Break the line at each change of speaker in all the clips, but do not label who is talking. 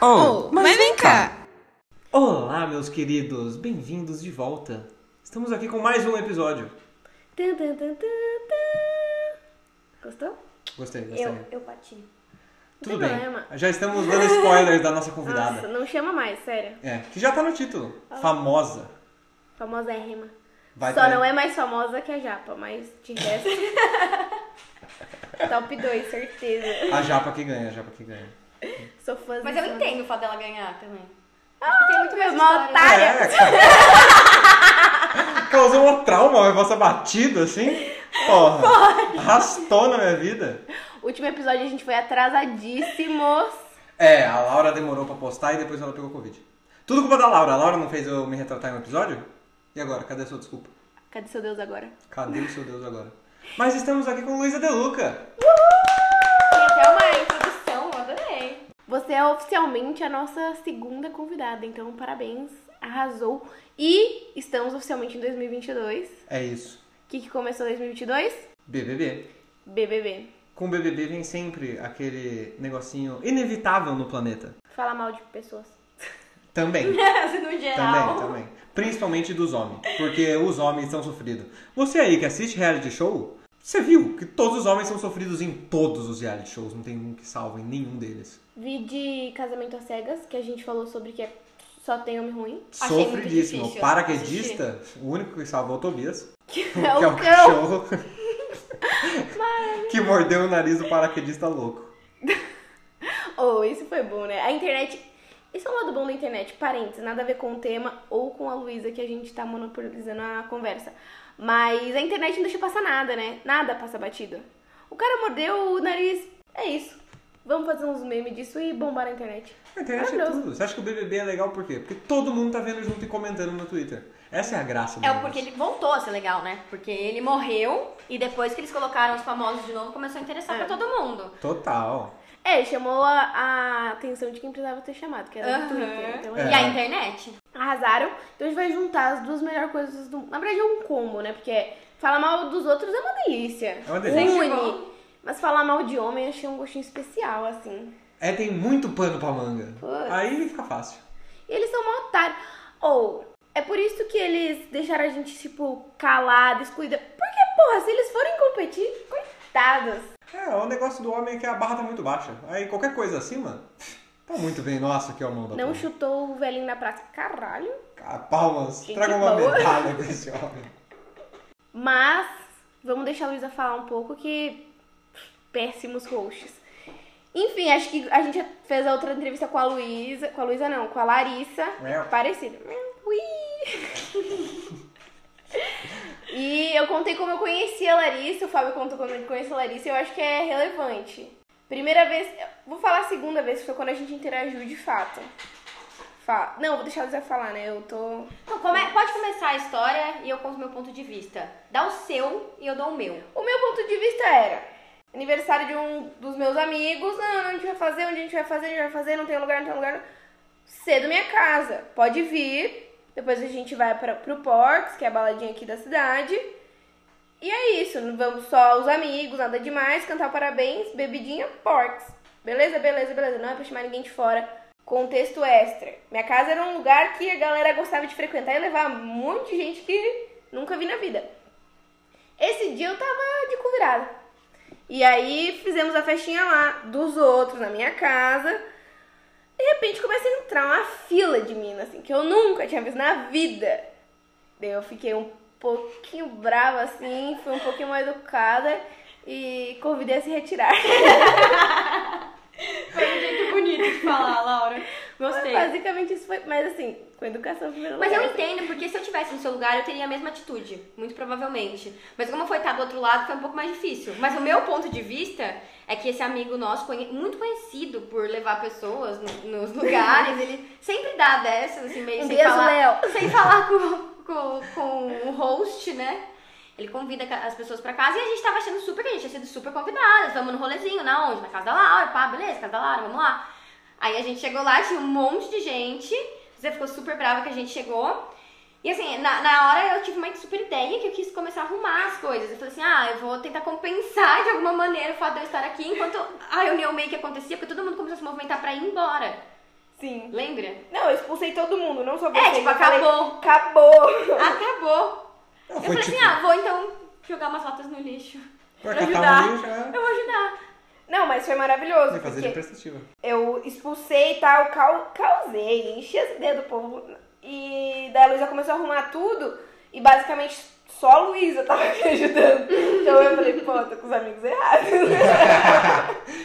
Oh, mas, vem cá.
Olá, meus queridos, bem-vindos de volta. Estamos aqui com mais um episódio.
Tan, tan, tan, tan, tan. Gostou?
Gostei, gostei.
Eu, eu bati. Não
Tudo bem.
tem problema.
Já estamos dando spoilers da nossa convidada.
Nossa, não chama mais, sério.
É, que já tá no título. Famosa.
Famosa é rima.
Vai
Só
tá-
não é mais famosa que a Japa, mas de resto. Top 2, certeza.
A japa que ganha, a japa que ganha.
Sou fã
Mas
dessa-
eu entendo o fato dela ganhar também. Acho que tem muito mais
meu
história.
mal, tá? Olha.
É, cara. Causou um trauma, vai passar batido assim? Porra. Arrastou na minha vida.
tá? Último episódio a gente foi atrasadíssimos.
É, a Laura demorou pra postar e depois ela pegou Covid. Tudo culpa da Laura. A Laura não fez eu me retratar em um episódio? E agora? Cadê a sua desculpa?
Cadê seu Deus agora?
Cadê o seu Deus agora? Mas estamos aqui com Luísa De Luca.
Tem até é uma introdução, eu adorei.
Você é oficialmente a nossa segunda convidada, então parabéns, arrasou. E estamos oficialmente em 2022.
É isso.
O que, que começou 2022?
BBB.
BBB.
Com o BBB vem sempre aquele negocinho inevitável no planeta.
Falar mal de pessoas.
Também.
no é geral.
Também, também. Principalmente dos homens, porque os homens são sofridos. Você aí que assiste reality show, você viu que todos os homens são sofridos em todos os reality shows, não tem um que salva em nenhum deles.
Vi de Casamento às Cegas, que a gente falou sobre que é só tem homem ruim.
Achei muito
Sofridíssimo.
difícil
O paraquedista, o único que salvou é o Tobias, que
é
um
o cão.
cachorro que mordeu o nariz do paraquedista louco.
Oh, isso foi bom, né? A internet. Esse é o lado bom da internet, parênteses, nada a ver com o tema ou com a Luísa que a gente tá monopolizando a conversa. Mas a internet não deixa passar nada, né? Nada passa batido. O cara mordeu o nariz, é isso. Vamos fazer uns memes disso e bombar a internet.
A
Ah,
internet é
Maravilhoso.
tudo. Você acha que o BBB é legal por quê? Porque todo mundo tá vendo junto e comentando no Twitter. Essa é a graça do
É o
negócio.
porque ele voltou a ser legal, né? Porque ele morreu e depois que eles colocaram os famosos de novo, começou a interessar pra todo mundo.
Total.
É, chamou a, a atenção de quem precisava ter chamado, que era do Twitter.
Aham.
Então,
É.
E a internet?
Arrasaram. Então a gente vai juntar as duas melhores coisas do. Na verdade é um combo, né? Porque falar mal dos outros é uma delícia.
É uma delícia.
Une.
Sempre bom.
Mas falar mal de homem eu achei um gostinho especial, assim.
É, tem muito pano pra manga.
Putz.
Aí fica fácil.
E eles são mal otários. Ou, é por isso que eles deixaram a gente, tipo, calado, excluída. Porque, porra, se eles forem competir, coitados.
É, o negócio do homem é que a barra tá muito baixa. Aí qualquer coisa acima, tá muito bem. Nossa, que é o mão da
Não
porra.
chutou o velhinho na praça. Caralho.
Ah, Palmas,
Gente
traga uma
boa.
medalha pra esse homem.
Mas vamos deixar a Luísa falar um pouco que péssimos hosts. Enfim, acho que a gente fez a outra entrevista com a Luísa, com a Luísa não, com a Larissa, né?
Meu.
parecida. Meu, ui. e eu contei como eu conheci a Larissa, o Fábio contou como ele conheceu a Larissa, e eu acho que é relevante. Primeira vez, vou falar a segunda vez, que foi quando a gente interagiu de fato. Fa- não, vou deixar a Luísa falar, né? Eu tô
Então, come- pode começar a história e eu conto o meu ponto de vista. Dá o seu e eu dou o meu.
O meu ponto de vista era: aniversário de um dos meus amigos, não, não, a gente vai fazer, onde a gente vai fazer, a gente vai fazer, não tem lugar, não tem lugar. Cedo minha casa, pode vir. Depois a gente vai para pro Porks, que é a baladinha aqui da cidade. E é isso, não vamos só os amigos, nada demais, cantar parabéns, bebidinha, Porks. Beleza, beleza, beleza, não é pra chamar ninguém de fora. Contexto extra. Minha casa era um lugar que a galera gostava de frequentar e levar um monte de gente que nunca vi na vida. Esse dia eu tava de cu virada. E aí fizemos a festinha lá, dos outros, na minha casa. De repente começa a entrar uma fila de mina, assim, que eu nunca tinha visto na vida. Daí eu fiquei um pouquinho brava, assim, fui um pouquinho mais educada e convidei a se retirar.
Foi um jeito bonito de falar, Laura. Gostei.
Basicamente isso foi, mas assim, com educação em primeiro
Mas eu
lugar. Um
entendo, porque se eu tivesse no seu lugar, eu teria a mesma atitude, muito provavelmente. Mas como foi estar do outro lado, foi um pouco mais difícil. Mas o meu ponto de vista é que esse amigo nosso, conhe- muito conhecido por levar pessoas no- nos lugares, ele sempre dá dessas, assim, meio
Um
sem
beijo,
falar
Léo.
sem falar com, com, com o host, né? Ele convida ca- as pessoas pra casa e a gente tava achando super que a gente tinha sido super convidadas. Vamos no rolezinho, na onde? Na casa da Laura, pá, beleza, casa da Laura, vamos lá. Aí a gente chegou lá, tinha um monte de gente. Você ficou super brava que a gente chegou. E assim, na, na hora eu tive uma super ideia que eu quis começar a arrumar as coisas. Eu falei assim, ah, eu vou tentar compensar de alguma maneira o fato de eu estar aqui enquanto a reunião meio que acontecia, porque todo mundo começou a se movimentar pra ir embora.
Sim.
Lembra?
Não, eu expulsei todo mundo, não só você.
É, tipo,
eu falei,
acabou.
acabou.
Acabou.
Não,
Eu
foi
falei
tipo,
assim, ah, vou então jogar umas latas no lixo.
vai
pra
catar
ajudar.
um lixo, é.
Eu vou ajudar.
Não, mas foi maravilhoso.
Vai fazer de
porque-
prestativa.
eu expulsei e tal, cau- causei, enchi as ideias do povo. E daí a Luísa começou a arrumar tudo e basicamente só a Luísa tava me ajudando. Então eu falei, pô, tô com os amigos errados.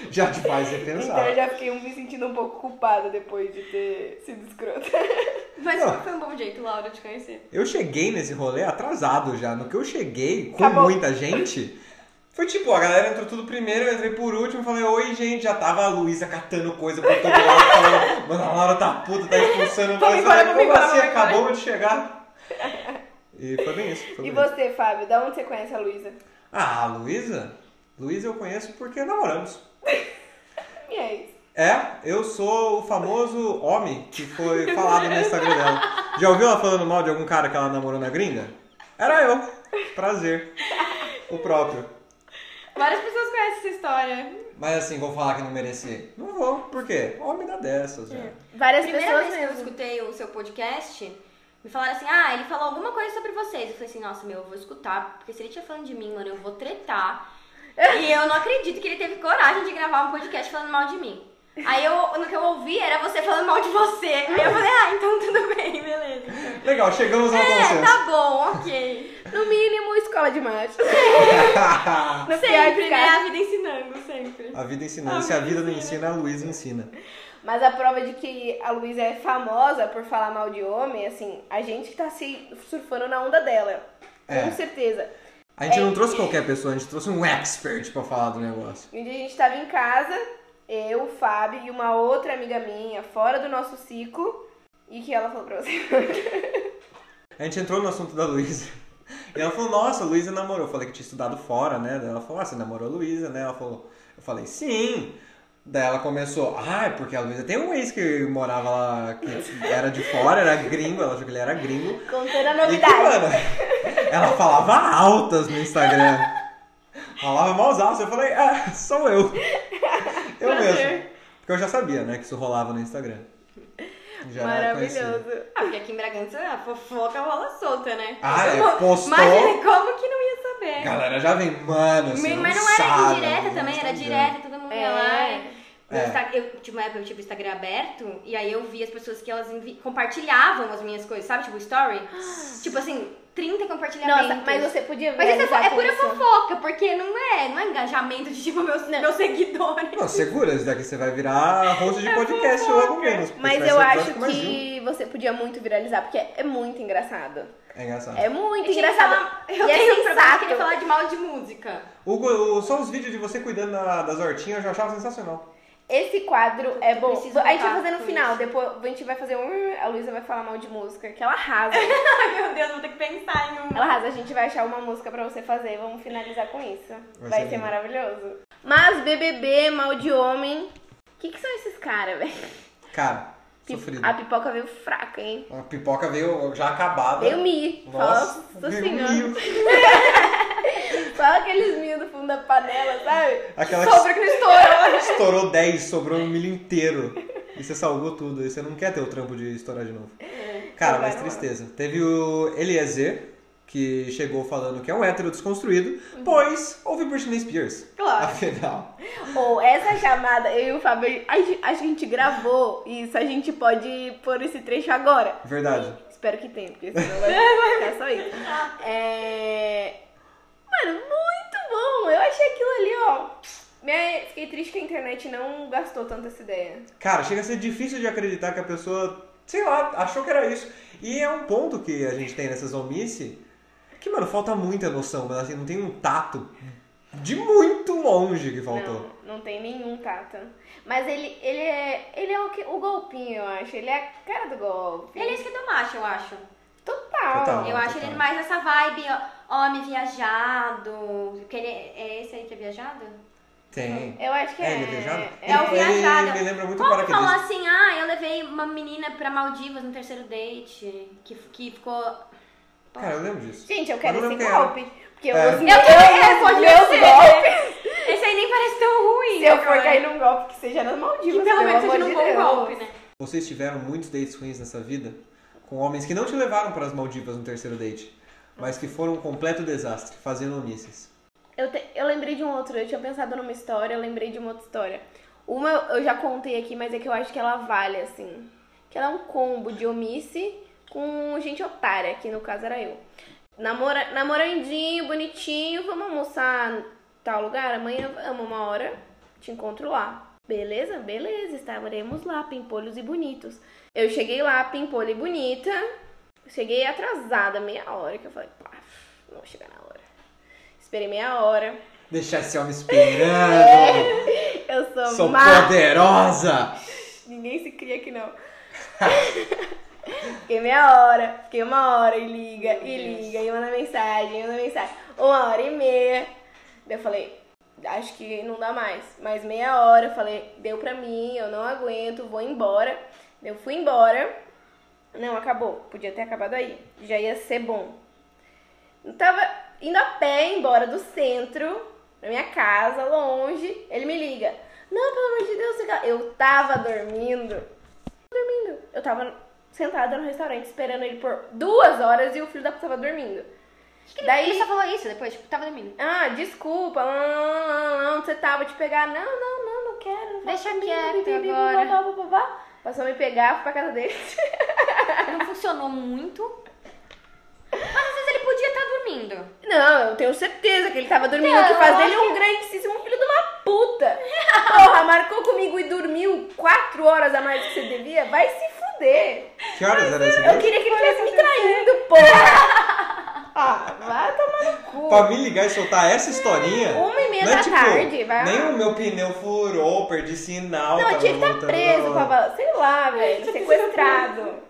Já te faz
Então eu
repensar.
já fiquei me sentindo um pouco culpada depois de ter sido escrota.
Mas
Não.
foi um bom jeito, Laura, de conhecer.
Eu cheguei nesse rolê atrasado já. No que eu cheguei, com
Acabou.
muita gente, foi tipo, a galera entrou tudo primeiro, eu entrei por último, falei, oi gente, já tava a Luísa catando coisa por todo lado, falando, mano, a Laura tá puta, tá expulsando
Vamos
coisa, falei,
embora, vamos
como
embora,
assim,
vamos embora."
acabou de chegar. E foi bem isso. Foi
E
bem
você, Fábio, da onde você conhece a Luísa?
isso. Ah, a Luísa? Luísa eu conheço porque namoramos.
E é isso.
É, eu sou o famoso homem que foi falado no Instagram dela. Já ouviu ela falando mal de algum cara que ela namorou na gringa? Era eu. Prazer. O próprio.
Várias pessoas conhecem essa história.
Mas assim, vou falar que não mereci. Não vou, por quê? Homem dá dessas, né?
Várias
primeira
pessoas
vez que eu
mesmo.
escutei o seu podcast, me falaram assim, ah, ele falou alguma coisa sobre vocês. Eu falei assim, nossa, meu, eu vou escutar, porque se ele tinha falando de mim, mano, eu vou tretar. E eu não acredito que ele teve coragem de gravar um podcast falando mal de mim. Aí eu, no que eu ouvi era você falando mal de você. Aí eu falei, ah, então tudo bem, beleza.
Legal, chegamos ao
É,
consenso.
tá bom, ok.
No mínimo, escola de macho. No pior
Sempre,
de
né?
casa.
A vida ensinando, sempre.
a vida ensinando. Se a vida não ensina, a Luísa ensina.
Mas a prova de que a Luísa é famosa por falar mal de homem, assim, a gente tá se surfando na onda dela.
É.
Com certeza.
A gente não trouxe qualquer pessoa, a gente trouxe um expert pra falar do negócio.
Um dia a gente tava em casa, eu, o Fábio e uma outra amiga minha, fora do nosso ciclo, e que ela falou pra você.
A gente entrou no assunto da Luísa. E ela falou, nossa, a Luísa namorou. Eu falei que tinha estudado fora, né? Daí ela falou, ah, você namorou a Luísa, né? Ela falou, eu falei, sim. Daí ela começou, ah, é porque a Luísa tem um ex que morava lá, que era de fora, era gringo, ela achou que ele era gringo.
Contando a
E que,
novidade.
mano, ela falava altas no Instagram. Falava malzaço. Eu falei, ah, sou eu. Eu
Prazer.
mesmo. Porque eu já sabia, né, que isso rolava no Instagram. Já né, conhecia.
Maravilhoso.
Ah, porque aqui em Bragança a fofoca rola solta, né?
Ah, é,
Como-
postou.
Imagina como que não ia saber.
Galera já vem, mano, você
Mas
não
não era
sabe,
indireta
né,
também, era
Instagram.
direta, todo mundo ia
É.
lá. e- no
É.
Insta- Eu, tipo, uma época eu tive o Instagram aberto e aí eu vi as pessoas que elas envi- compartilhavam as minhas coisas, sabe? Tipo, story. tipo assim, 30 compartilhamentos.
Nossa, mas você podia
Mas isso é, fo-
viralizar
é
com
pura
isso?
fofoca, porque não é, não é engajamento de tipo meus, meus seguidores.
Não, segura, isso daqui você vai virar host de podcast logo menos. porque
Mas
vai
eu
ser
acho
próximo, mas viu.
que você podia muito viralizar, porque é muito engraçado.
É engraçado.
É muito
Eu tinha que
engraçado.
falar- Eu
e é
tenho um problema que
sensato.
ele falar de mal de música.
Hugo, o- só os vídeos de você cuidando da- das hortinhas eu já achava sensacional.
Esse quadro é bom. A gente
preciso
vai
voltar
fazer no
com
final,
isso.
depois a gente vai fazer um. A Luísa vai falar mal de música, que ela arrasa.
Ai, meu Deus, vou ter que pensar em um.
ela arrasa, a gente vai achar uma música pra você fazer. Vamos finalizar com isso. Vai,
Vai
ser,
ser lindo.
maravilhoso. Mas BBB, mal de homem. O que, que são esses caras, velho?
Cara, sofrido.
A pipoca veio fraca, hein?
A pipoca veio já acabada.
Veio mi.
Ah, Nossa,
Fala,
veio
assim, ó.
mil.
Fala aqueles mil do fundo da panela, sabe?
Aquela que
Sobre que não estourou.
estourou 10, sobrou um milho inteiro. E você salvou tudo. E você não quer ter o trampo de estourar de novo. Cara,
Agora
mas
não.
tristeza. Teve o Eliezer, que chegou falando que é um hétero desconstruído, pois houve Britney Spears.
Claro.
Afinal.
Ou essa chamada, eu e o Fábio, a gente, a gente gravou isso, a gente pode pôr esse trecho agora.
Verdade.
Espero que tenha, porque senão vai ficar só isso. É... Mano, muito bom! Eu achei aquilo ali, ó. Minha- Fiquei triste que a internet não gastou tanto essa ideia.
Cara, chega a ser difícil de acreditar que a pessoa, sei lá, achou que era isso. E é um ponto que a gente tem nessas omice que, mano, falta muita noção, mas assim, não tem um tato de muito longe que faltou.
Não, não tem nenhum Tata. Mas ele, ele é. Ele é o, que, o golpinho, eu acho. Ele é a cara do golpe.
Ele é isso que eu macho, eu acho.
total.
Total.
Eu
Ah,
acho
tá.
ele mais essa vibe, ó, homem viajado. Porque ele é é esse aí que é viajado?
Tem.
Eu acho que é.
É, ele é viajado?
é
É o
Ele-
viajado.
Ele me lembra muito o
Como que falou
paraquedista.
assim, ah, eu levei uma menina pra Maldivas no terceiro date, que, que ficou...
assim?
Cara, eu lembro disso.
Gente, eu quero
Mas eu
esse
não quero.
golpe. Porque eu
É.
vou
Eu
eu,
também,
eu,
pode
meus
ser.
golpes.
Esse aí nem parece tão ruim.
Se eu for
agora.
cair num golpe que seja nas Maldivas,
Que pelo menos
amor
seja
de
um bom
Deus.
golpe, né?
Vocês tiveram muitos dates ruins nessa vida? Com homens que não te levaram para as Maldivas no terceiro date, mas que foram um completo desastre, fazendo omissas.
Eu, te- eu lembrei de um outro, eu tinha pensado numa história, eu lembrei de uma outra história. Uma eu eu já contei aqui, mas é que eu acho que ela vale, assim. Que ela é um combo de omice com gente otária, que no caso era eu. Namora, namorandinho, bonitinho, vamos almoçar em tal lugar? Amanhã amo uma hora, te encontro lá. Beleza? Beleza, estaremos lá, pimpolhos e bonitos. Eu cheguei lá, pimpolha e bonita. Cheguei atrasada, meia hora, que eu falei, pá, não vou chegar na hora. Esperei meia hora.
Deixar esse homem esperando!
Eu sou,
Sou
má.
poderosa!
Ninguém se cria aqui não. fiquei meia hora, fiquei uma hora e liga, e liga, e manda mensagem, e manda mensagem. Uma hora e meia. Daí eu falei, acho que não dá mais. Mas meia hora, eu falei, deu pra mim, eu não aguento, vou embora. Daí Eu fui embora. Não, acabou. Podia ter acabado aí. Já ia ser bom. Eu tava indo a pé embora do centro, pra minha casa, longe. Ele me liga. Não, pelo amor de Deus, você tá-" eu tava dormindo. Dormindo. Eu tava sentada no restaurante esperando ele por duas horas e o filho da puta tava dormindo. Daí-
Ele só falou isso depois, tipo, tava dormindo.
Ah, desculpa, não, não, não, não, você tava te pegar. Não, não, não, não quero. Não
Deixa
comigo,
quieto
bibi, bibi,
agora.
babá, babá, babá. Passou a me pegar, fui pra casa dele.
Não funcionou muito. Mas às vezes ele podia estar dormindo.
Não, eu tenho certeza que ele tava dormindo,
Não,
que faz
eu
dele
acho
um grandíssimo filho de uma puta. Porra, marcou comigo e dormiu quatro horas a mais que você devia? Vai se fuder.
Que horas era esse
Eu
date?
queria que ele tivesse me traindo, porra. Ah, vai tomar no cu.
Pra me ligar e soltar essa historinha.
Uma e meia
não é
da
tipo,
tarde, vai.
Nem o meu pneu furou, perdi sinal.
Não,
tava
eu tinha que estar
voltando.
preso com a bala. Sei lá, velho. Sequestrado.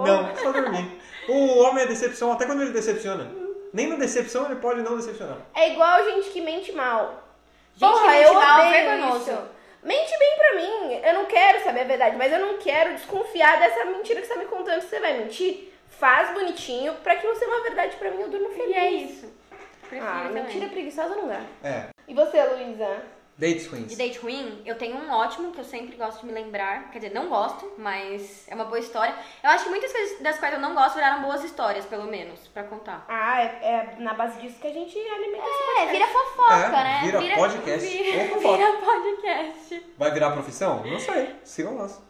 Não, só dormir. O homem é decepção até quando ele decepciona. Nem na decepção ele pode não decepcionar.
É igual gente que mente mal.
Gente,
Porra,
que
eu
gente mal, é
odeio
vergonhoso.
isso. Mente bem pra mim. Eu não quero saber a verdade, mas eu não quero desconfiar dessa mentira que você tá me contando. Se você vai mentir, faz bonitinho pra que não seja uma verdade pra mim. Eu durmo
E
feliz.
é isso. Prefiro
Ah,
também.
mentira preguiçosa não dá.
É.
E você, Luísa?
Dates ruins.
De date ruim, eu tenho um ótimo que eu sempre gosto de me lembrar. Quer dizer, não gosto, mas é uma boa história. Eu acho que muitas coisas das quais eu não gosto viraram boas histórias, pelo menos, pra contar.
Ah, é, é na base disso que a gente alimenta esse
É, vira fofoca,
É,
né?
vira podcast
Vira,
ou fofoca.
vira podcast.
Vai virar profissão? Não sei. Sigam nós.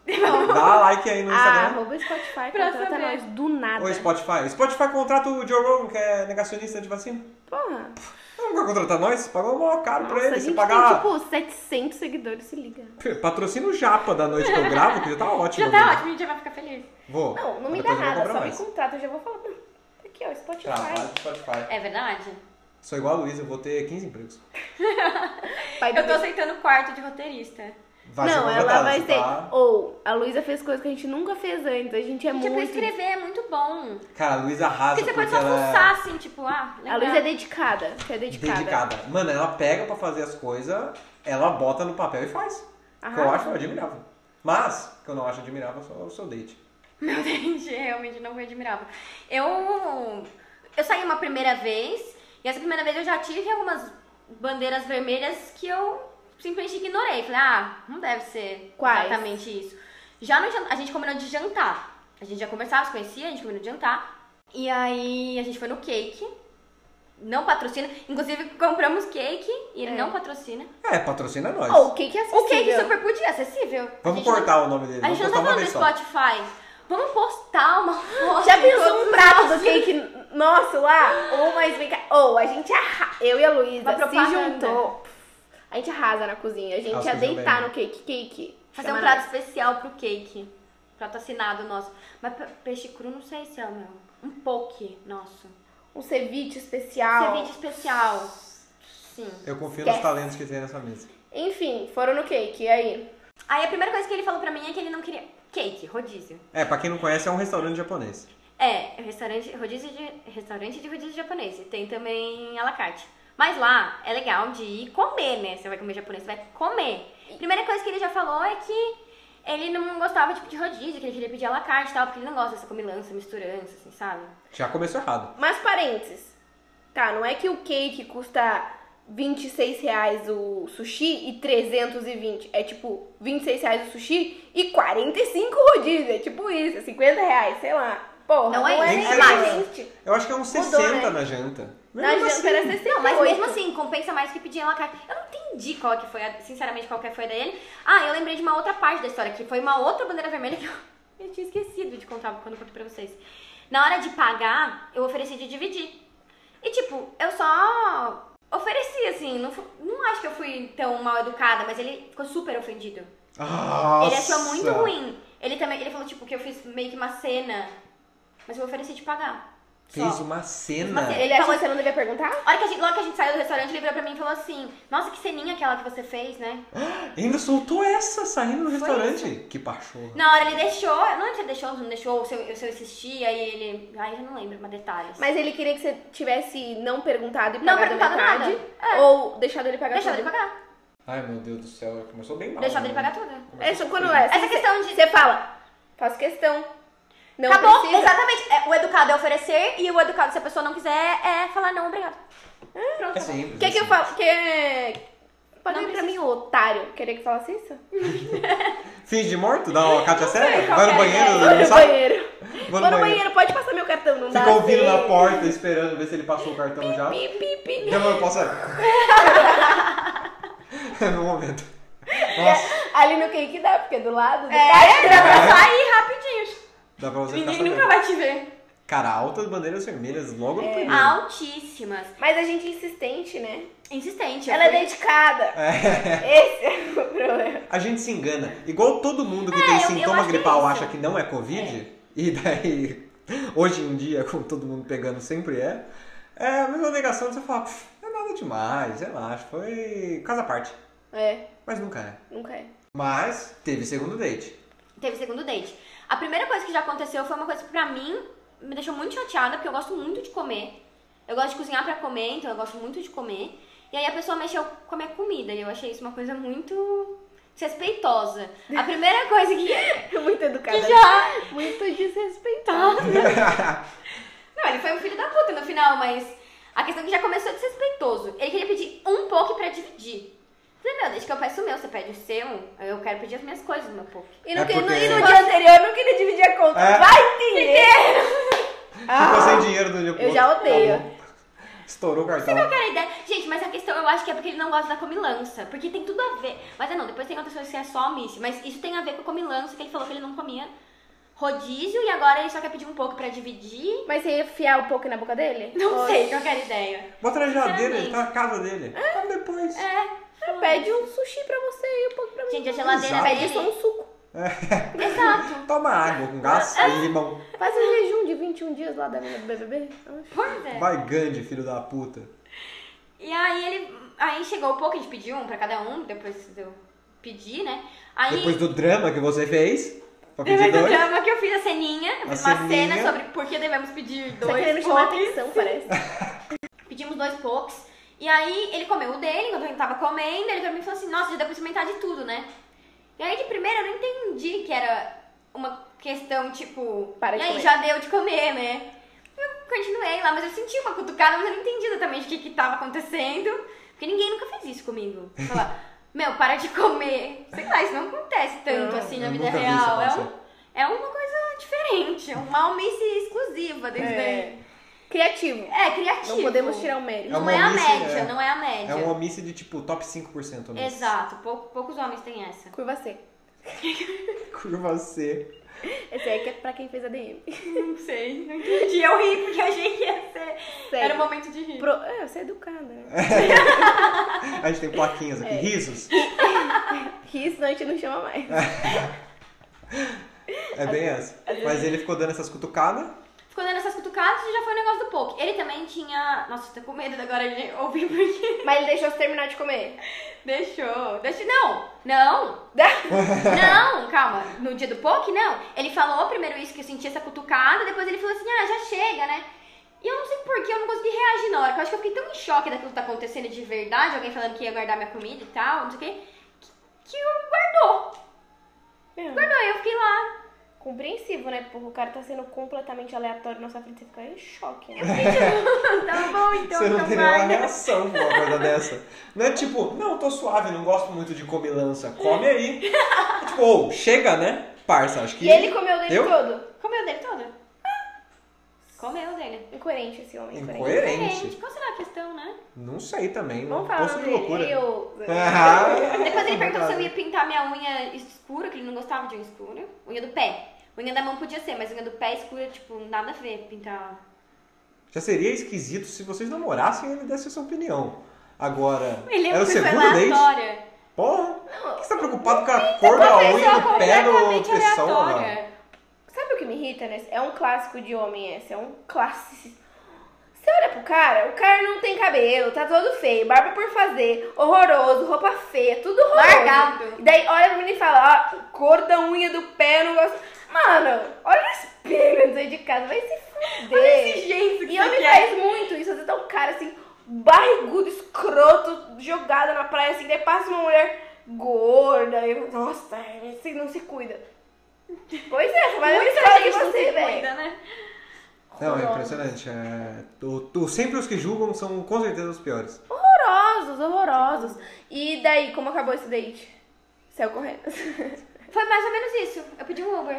Dá like aí no
Ah,
Instagram.
arroba Spotify
Pra
contrata
saber.
nós do nada.
Ou Spotify. Spotify contrata o Joe Rogan, que é negacionista de vacina.
Porra.
Não vai contratar nós? Pagou mó caro pra
Nossa, a
ele. Se
gente
pagar.
tem tipo 700 seguidores, se liga.
Patrocina o Japa da noite que eu gravo, que já tá ótimo.
Já tá
né?
ótimo, a gente já vai ficar feliz.
Vou.
Não, não me
Depois
dá
eu vou
nada,
cobrar
só
mais. Tá,
me contrata, eu já vou falar. Não, tá Aqui, ó, Spotify.
Trabalho no Spotify.
É verdade?
Sou igual a Luísa, eu vou ter 15 empregos.
Pai do
Eu tô aceitando o quarto de roteirista.
Vai ser
não, ela
contratada,
vai
você
ser.
tá-
Ou a Luísa fez coisa que a gente nunca fez antes. A gente é
Gente, é
muito.
pra escrever, é muito bom.
Cara, a Luísa arrasa
Porque você pode só
ela é
fuçar, assim, tipo, ah,
A
legal.
Luísa é dedicada. Você é dedicada.
dedicada. Mano, ela pega pra fazer as coisas, ela bota no papel e faz. Que eu
Arrasa.
acho admirável. Mas, que eu não acho admirável é só o seu date.
Meu dente realmente não foi admirável. Eu, eu saí uma primeira vez, e essa primeira vez eu já tive algumas bandeiras vermelhas que eu simplesmente ignorei. Falei, ah, não deve ser
Quais?
exatamente isso. Já no jan- a gente combinou de jantar. A gente já conversava, se conhecia, a gente combinou de jantar. E aí a gente foi no cake. Não patrocina. Inclusive, compramos cake e ele
É.
não patrocina.
É, patrocina nós.
Ou o que que é
O cake
acessível?
super podia, acessível. Oh, A
Vamos
gente não-
cortar o nome dele.
a
Vamos
gente não
postar
tá
uma
falando do
vez só.
Spotify. Vamos postar uma foto.
Já
de
pensou
todos
um
os
prato do
nossos-
cake nosso lá? Ou mais vem cá. Ou a gente arrasa. Eu e a
Uma
Luísa se
propaganda.
juntou. A gente arrasa na cozinha. A gente
Elas
ia
cozinham
deitar
bem,
no cake. Cake.
Fazer
Chama
um
nós.
prato especial pro cake. Prato assinado nosso. Mas pe- peixe cru não sei se é o meu. Um poke nosso.
Um ceviche especial.
Ceviche especial. Sim.
Eu confio
Yes.
nos talentos que tem nessa mesa.
Enfim, foram no cake. E aí?
Aí a primeira coisa que ele falou pra mim é que ele não queria... Cake, rodízio.
É, pra quem não conhece, é um restaurante japonês.
É, é restaurante, rodízio de, restaurante de rodízio japonês. E Tem também à la carte. Mas lá é legal de ir comer, né? Você vai comer japonês, você vai comer. Primeira coisa que ele já falou é que ele não gostava tipo, de rodízio, que ele queria pedir à la carte e tal, porque ele não gosta dessa comilança, misturança, assim, sabe?
Já começou errado.
Mas parênteses. Tá, não é que o cake custa 26 reais o sushi e 320. É tipo 26 reais o sushi e 45 o rodízio. É tipo isso, é 50 reais, sei lá. Porra,
Não
não,
é
é,
isso,
nem
mas-
gente.
Eu acho que é uns
Mudou,
60
né?
na janta.
Na
Mesmo
janta era
assim.
60.
Não, mas mesmo assim, compensa mais que pedir a la carte. Eu não entendi qual que foi, a- sinceramente, qual que foi a dele. Ah, eu lembrei de uma outra parte da história, que foi uma outra bandeira vermelha que eu, eu tinha esquecido de contar quando eu contei pra vocês. Na hora de pagar, eu ofereci de dividir. E tipo, eu só ofereci, assim, não, fu- não acho que eu fui tão mal educada, mas ele ficou super ofendido. Ele achou
Nossa.
muito ruim. Ele também, ele falou, tipo, que eu fiz meio que uma cena, mas eu ofereci de pagar. Só.
Fez uma cena.
Uma cena.
Ele achou que você não devia perguntar?
A hora que a gente, logo que a gente saiu do restaurante, ele virou pra mim e falou assim: Nossa, que ceninha aquela que você fez, né?
Ainda soltou essa saindo do
Foi
restaurante. Que pachorra.
Na hora ele deixou, eu não lembro se ele deixou, se não deixou, ou se eu, se eu insisti, aí ele. Aí eu não lembro, mas detalhes.
Mas ele queria que você tivesse não perguntado e
Não
pagado
perguntado
metade.
nada. É.
Ou deixado ele pagar
deixou
tudo.
ele pagar.
Ai, meu Deus do céu. Começou bem mal.
Deixou
né?
ele pagar tudo.
Começou
É, só quando
bem.
é.
Essa questão de.
Você fala, faço questão. Não
Acabou,
precisa.
exatamente. É, o educado é oferecer e o educado, se a pessoa não quiser, é falar não, obrigado.
É simples.
Quer que eu
assim.
falo? Quer... Pode vir
Não
pra mim,
precisa.
o otário. Queria que falasse isso?
Finge de morto? Dá uma Cátia séria?
qual
Vai no
que é a
banheiro?
Vou
não
no
sabe?
banheiro. Vou no banheiro, pode passar meu cartão, não dá?
Fica ouvindo
assim.
na porta, esperando ver se ele passou o cartão já.
Pi, pi, pi.
Não, eu posso. É meu momento. Nossa,
Ali no cake dá, porque é do lado. do
É, dá pra sair rapidinho.
dá pra você ficar
Ninguém
sabendo.
nunca vai É. te ver.
Cara, altas bandeiras vermelhas logo no primeiro.
Ah. Altíssimas.
Mas a gente é insistente, né?
Insistente. eu
Ela é
fui-
dedicada.
É.
Esse é o problema.
A gente se engana. Igual todo mundo que tem
eu- eu
sintoma
acho que é
gripal
isso.
acha que não é Covid, e daí, hoje em dia, como todo mundo pegando sempre é, é a mesma negação de você falar, "Pff, é nada demais, relaxa, foi casa à parte.
É,
Mas nunca é.
nunca é.
Mas teve segundo date.
Teve segundo date. A primeira coisa que já aconteceu foi uma coisa que pra mim me deixou muito chateada, porque eu gosto muito de comer. Eu gosto de cozinhar pra comer, então eu gosto muito de comer. E aí a pessoa mexeu com a minha comida, e eu achei isso uma coisa muito desrespeitosa. A primeira coisa que,
É Muito educada. né?
que já. tá.
Muito desrespeitosa.
Não, ele foi um filho da puta no final, mas a questão é que já começou desrespeitoso. Ele queria pedir um pouco pra dividir. Eu Falei, meu, deixa que eu peço o meu, você pede o seu, eu quero pedir as minhas coisas, meu pouco.
E no,
É
que- no-
porque-
e no dia anterior eu não queria dividir a conta.
É. Tipo assim.
Vai, dinheiro!
Ficou
Ah,
sem dinheiro do dia pro
eu
outro.
já odeio.
Acabou. Estourou o cartão.
Cara, a ideia. Gente, mas a questão eu acho que é porque ele não gosta da comilança. Porque tem tudo a ver. Mas é não, depois tem outras coisas que é só miss. Mas isso tem a ver com a comilança, que ele falou que ele não comia rodízio e agora ele só quer pedir um pouco pra dividir.
mas você ia fiar um pouco na boca dele?
Não
Ou-
sei qual que era a ideia.
Bota na geladeira,
Sinceramente.
ele tá na casa dele.
É.
Come depois.
Ah, Pede um sushi pra você e um pouco pra mim.
Gente, a geladeira
Exato.
pede
Pede só um suco.
Exato.
Toma água com gás
É.
e limão.
Faz um jejum de 21 dias lá da mina do BBB. Acho.
Pois é.
Vai Gandhi, filho da puta.
E aí ele. Aí chegou um pouco, a gente pediu um pra cada um, depois eu pedi, né? Aí.
Depois do drama que você fez, pra pedir
Depois do
dois.
drama que eu fiz a ceninha, eu
A
fiz uma
ceninha.
cena sobre por que devemos pedir
Tá querendo me
dois
chamar
copos.
atenção, parece.
Pedimos dois pokes. E aí ele comeu o dele, enquanto eu tava comendo, ele pra mim falou assim, nossa, já deu pra experimentar de tudo, né? E aí de primeira eu não entendi que era uma questão, tipo,
Para
e
de
aí
comer."
já deu de comer, né? Eu continuei lá, mas eu senti uma cutucada, mas eu não entendi exatamente o que que tava acontecendo. Porque ninguém nunca fez isso comigo. Falar, meu, para de comer. Sei lá, isso não acontece tanto
Não,
assim
eu
na vida
nunca vi isso
real. É, um-
acontecer.
é uma coisa diferente, é uma almice exclusiva desde
É. Criativo.
É, criativo.
Não podemos tirar o mérito.
É
Não
uma
é, a
omissa,
média,
é.
não é a média.
É uma omissa de tipo top 5% né?
Exato, pou- poucos homens têm essa.
Curva C.
Curva C.
Esse aí que é pra quem fez a DM.
Não sei, não entendi. Eu ri porque eu achei que ia ser. Era
Sério.
o momento de rir.
Pro... É, você é educada, né?
A gente tem plaquinhas aqui,
É.
risos.
Que isso, não, a gente não chama mais.
É bem essa. Mas ele ficou dando essas cutucadas.
Ficou dando essas cutucadas e já foi o negócio do poke. Ele também tinha. Nossa, eu tô com medo agora de ouvir porque.
Mas ele deixou você terminar de comer.
Deixou. Deixa. Não! Não! Não! Calma. No dia do poke, não. Ele falou primeiro isso que eu senti essa cutucada, depois ele falou assim: ah, já chega, né? E eu não sei por que eu não consegui reagir na hora. que Eu acho que eu fiquei tão em choque daquilo que tá acontecendo de verdade, alguém falando que ia guardar minha comida e tal, não sei o quê, que, que eu guardou.
É.
Guardou, eu fiquei lá.
compreensivo, né? Porque o cara tá sendo completamente aleatório na sua frente, você fica em choque, né?
tá bom, então,
Você não
então
tem nenhuma
vai.
reação com uma coisa dessa. Não é tipo, não, tô suave, não gosto muito de comilança. Come aí. É tipo, ou, chega, né? Parça, acho que.
E ele comeu o dele
Eu?
todo.
Comeu dele todo? Comeu dele.
Incoerente esse homem, incoerente.
Incoerente.
Gente, qual será a questão, né?
Não sei também.
Vamos
Não
falar
posto
sobre
de loucura.
ele. Eu...
Ah,
Depois ele perguntou se eu
verdade.
ia pintar minha unha escura, que ele não gostava de unha escura. Unha do pé. Unha da mão podia ser, mas unha do pé escura, tipo, nada a ver pintar.
Já seria esquisito se vocês namorassem e ele desse a sua opinião. Agora,
Ele é
era
uma
o
pessoa
segundo date?
aleatória.
Porra, por que você tá preocupado com a
Uma
cor da unha
pessoa
do pé do
completamente
pessoal?
aleatória.
Sabe o que me irrita, né? É um clássico de homem esse, é um clássico. Você olha pro cara, o cara não tem cabelo, tá todo feio, barba por fazer, horroroso, roupa feia, tudo horroroso.
Largado.
E daí olha pra mim e fala, ó, cor da unha do pé, eu não gosto. Mano, olha no espelho antes de sair de casa, vai se fuder.
exigência
e
que é você
homem
quer.
faz muito isso, você tá um cara assim, barrigudo, escroto, jogado na praia, assim, daí passa uma mulher gorda, e nossa, você não se cuida. Pois é, você vai
Muita
lembrar de
gente não
você,
se
velho.
cuida, né?
Não, é
Horrorosos.
impressionante. É, tu, tu- sempre os que julgam são com certeza os piores.
Horrorosos, horrorosos. E daí, como acabou esse date? Saiu correndo.
Foi mais ou menos isso. Eu pedi um Uber.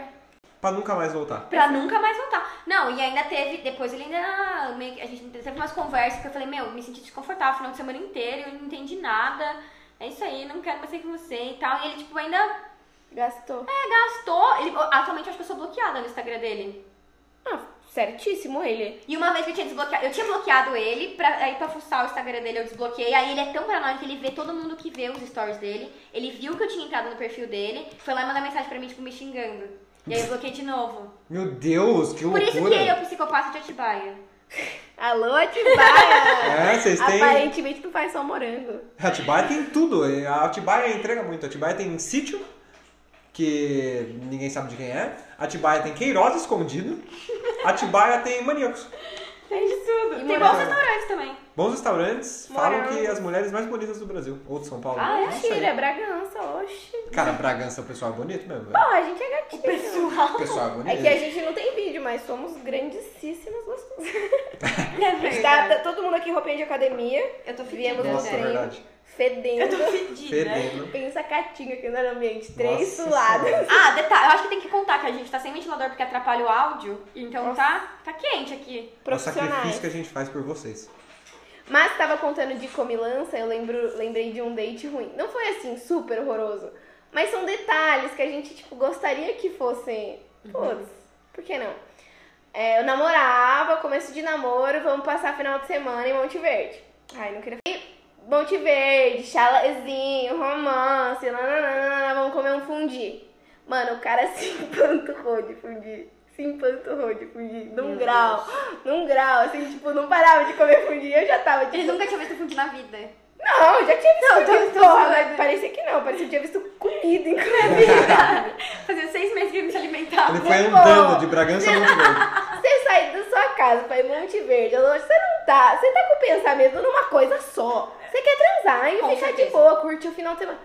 Pra nunca mais voltar.
Pra nunca mais voltar. Não, e ainda teve. Depois ele ainda. ah, meio que- a gente teve umas conversas que eu falei, meu, me senti desconfortável o final de semana inteiro, eu não entendi nada. É isso aí, não quero mais sair com você e tal. E ele, tipo, ainda
Gastou.
é, gastou. Ele, atualmente eu acho que eu sou bloqueada no Instagram dele.
Ah, certíssimo ele.
E uma vez que eu tinha desbloqueado, eu tinha bloqueado ele, pra, aí pra fuçar o Instagram dele eu desbloqueei. Aí ele é tão paranoico que ele vê todo mundo que vê os stories dele. Ele viu que eu tinha entrado no perfil dele, foi lá e mandou mensagem pra mim, tipo, me xingando. E aí eu bloqueei de novo.
Meu Deus, que
Por
loucura.
isso que ele é o psicopata de Atibaia.
Alô, Atibaia!
É, vocês têm.
Aparentemente tu faz só morango.
Atibaia tem tudo. A Atibaia entrega muito. Atibaia tem sítio, que ninguém sabe de quem é. Atibaia tem Queiroz escondido. Atibaia tem maníacos.
Tem de tudo.
E
tem
morango.
bons restaurantes também.
Bons restaurantes falam
Morango.
que as mulheres mais bonitas do Brasil, ou de São Paulo.
Ah, é?
Não sei.
Mentira, Bragança, oxe.
Cara, Bragança, o pessoal é bonito mesmo. velho.
Porra, a gente é gatinho.
O pessoal é bonito.
É que a gente não tem vídeo, mas somos grandíssimas gostosas.
É
A gente tá, tá todo mundo aqui em roupinha de academia,
Eu tô fedida.
Viemos
né? Nossa, é
né?
treino.
verdade.
Eu
fedendo.
tô fedida.
Fedendo.
Pensa catinga aqui no ambiente, três
Nossa
suladas.
Senhora.
Ah, detalhe, eu acho que tem que contar que a gente tá sem ventilador porque atrapalha o áudio. Então tá, tá quente aqui.
É o sacrifício
Profissionais.
que a gente faz por vocês.
Mas tava contando de comilança, eu lembro, lembrei de um date ruim. Não foi assim, super horroroso. Mas são detalhes que a gente, tipo, gostaria que fossem. Putz, por que não? É, eu namorava, começo de namoro, vamos passar final de semana em Monte Verde. Ai, não queria. E Monte Verde, chalezinho, romance, nananana, vamos comer um fundi. Mano, o cara se empanturrou de fundi. Se empanturrou de fundi. Num
Meu
grau. Num grau, assim, tipo, não parava de comer fundi. Eu já tava,
Eles
tipo,
nunca tinham visto fundo na vida.
não, eu já tinha visto
Não, tô-
fundi,
tô
porra,
zoando.
mas parecia que não. Parecia que eu tinha visto comida, inclusive.
Fazia seis meses que ele Ah, não se alimentava.
Ele foi
bom.
andando de Bragança a Monte Verde.
Você sai da sua casa pra ir Monte Verde, Alô, você não tá. Você tá com o pensamento numa coisa só. Você quer transar e
Com
ficar de
certeza.
boa, curtir o final de semana.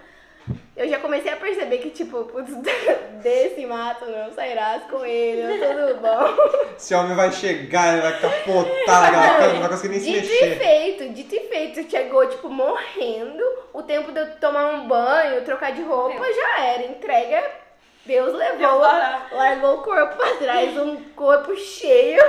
Eu já comecei a perceber que, tipo, putz, desse mato não sairás com ele, tudo bom.
Esse homem vai chegar, ele vai capotar naquela cama, não vai conseguir nem se
Dito
mexer.
e feito, dito e feito. Chegou, tipo, morrendo. O tempo de eu tomar um banho, trocar de roupa,
Meu.
já era. Entrega, Deus levou,
Deus fará.
largou o corpo pra trás, um corpo cheio.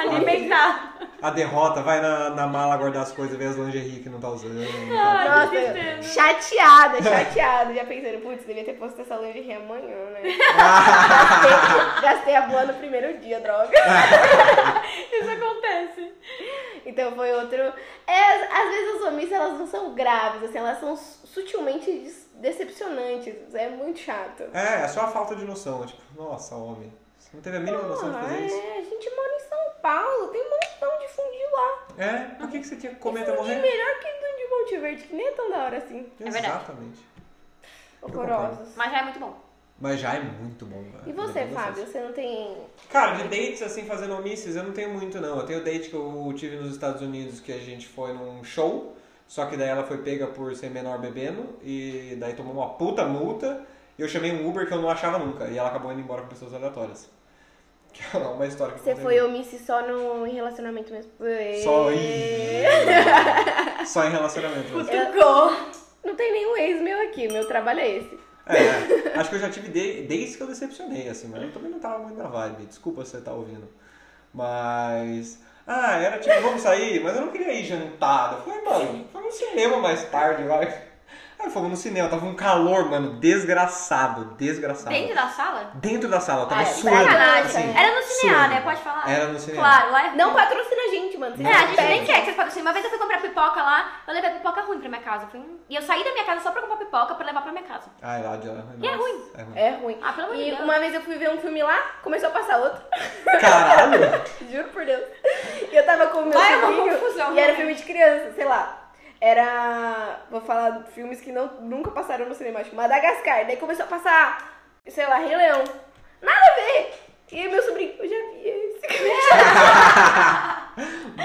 Alimentado.
A derrota vai na, na mala guardar as coisas, ver as lingerie que não tá usando.
Ai,
Nossa,
que tristeza.
chateada, chateada. Já pensando, putz, devia ter posto essa lingerie amanhã, né? Gastei, gastei a boa no primeiro dia, droga.
Isso acontece.
Então foi outro. É, às vezes as omissas elas não são graves, assim, elas são sutilmente des- decepcionantes. É muito chato.
É, é só a falta de noção. Tipo, nossa, homem. Você não teve a mínima noção de
Ah,
fazer isso.
é, a gente mora em São Paulo, tem um montão de fundir lá.
É, por que, que você tinha que comer até
Fundi
morrer?
melhor que do de Monte Verde, que nem é tão da hora assim.
verdade.
Exatamente.
Horrorosos.
Mas já é muito bom.
Mas já é muito bom, é velho.
E você,
Meu Deus do céu.
Fábio, você não
Tá
tem.
Cara, de dates assim, fazendo omisses, eu não tenho muito, não. Eu tenho date que eu tive nos Estados Unidos que a gente foi num show, só que daí ela foi pega por ser menor bebendo, e daí tomou uma puta multa, E eu chamei um Uber que eu não achava nunca. E ela acabou indo embora com pessoas aleatórias. Que é uma história que eu
Você
contei.
foi omisso só no em relacionamento mesmo.
Só em... Só em relacionamento. né? mesmo.
Cutucou.
Não tem nenhum ex meu aqui, meu trabalho é esse.
É, acho que eu já tive de- desde que eu decepcionei, assim, mas eu também não tava muito na vibe. Desculpa se você tá ouvindo. Mas. Ah, era tipo, vamos sair, mas eu não queria ir jantar. Eu falei, mano, vamos no cinema mais tarde, vai. Aí fomos no cinema, tava um calor, mano, desgraçado, desgraçado.
Dentro da sala?
Dentro da sala, eu tava
Ah, é
Tá suando.
Sacanagem. né?
assim,
Era no cinema,
suando.
né? Pode falar?
Era no cinema.
Claro, lá é ruim.
Não patrocina a gente, mano. Vocês
É, a gente
pedem.
nem quer que vocês patrocinem. Uma vez eu fui comprar pipoca lá, eu levei a pipoca ruim pra minha casa. Foi um- E eu saí da minha casa só pra comprar pipoca pra levar pra minha casa.
Ai, lá de lá.
E é ruim.
É ruim.
É ruim.
Ah, pelo amor de
E
Deus.
uma vez eu fui ver um filme lá, começou a passar outro.
Caralho!
Juro por Deus. E eu tava com o meu
Vai, é uma
sobrinho,
confusão,
E era
né?
filme de criança, sei lá. Era. Vou falar filmes que não, nunca passaram no cinema, acho. Madagascar. Daí começou a passar, sei lá, Rei Leão. Nada a ver! E aí meu sobrinho, eu já vi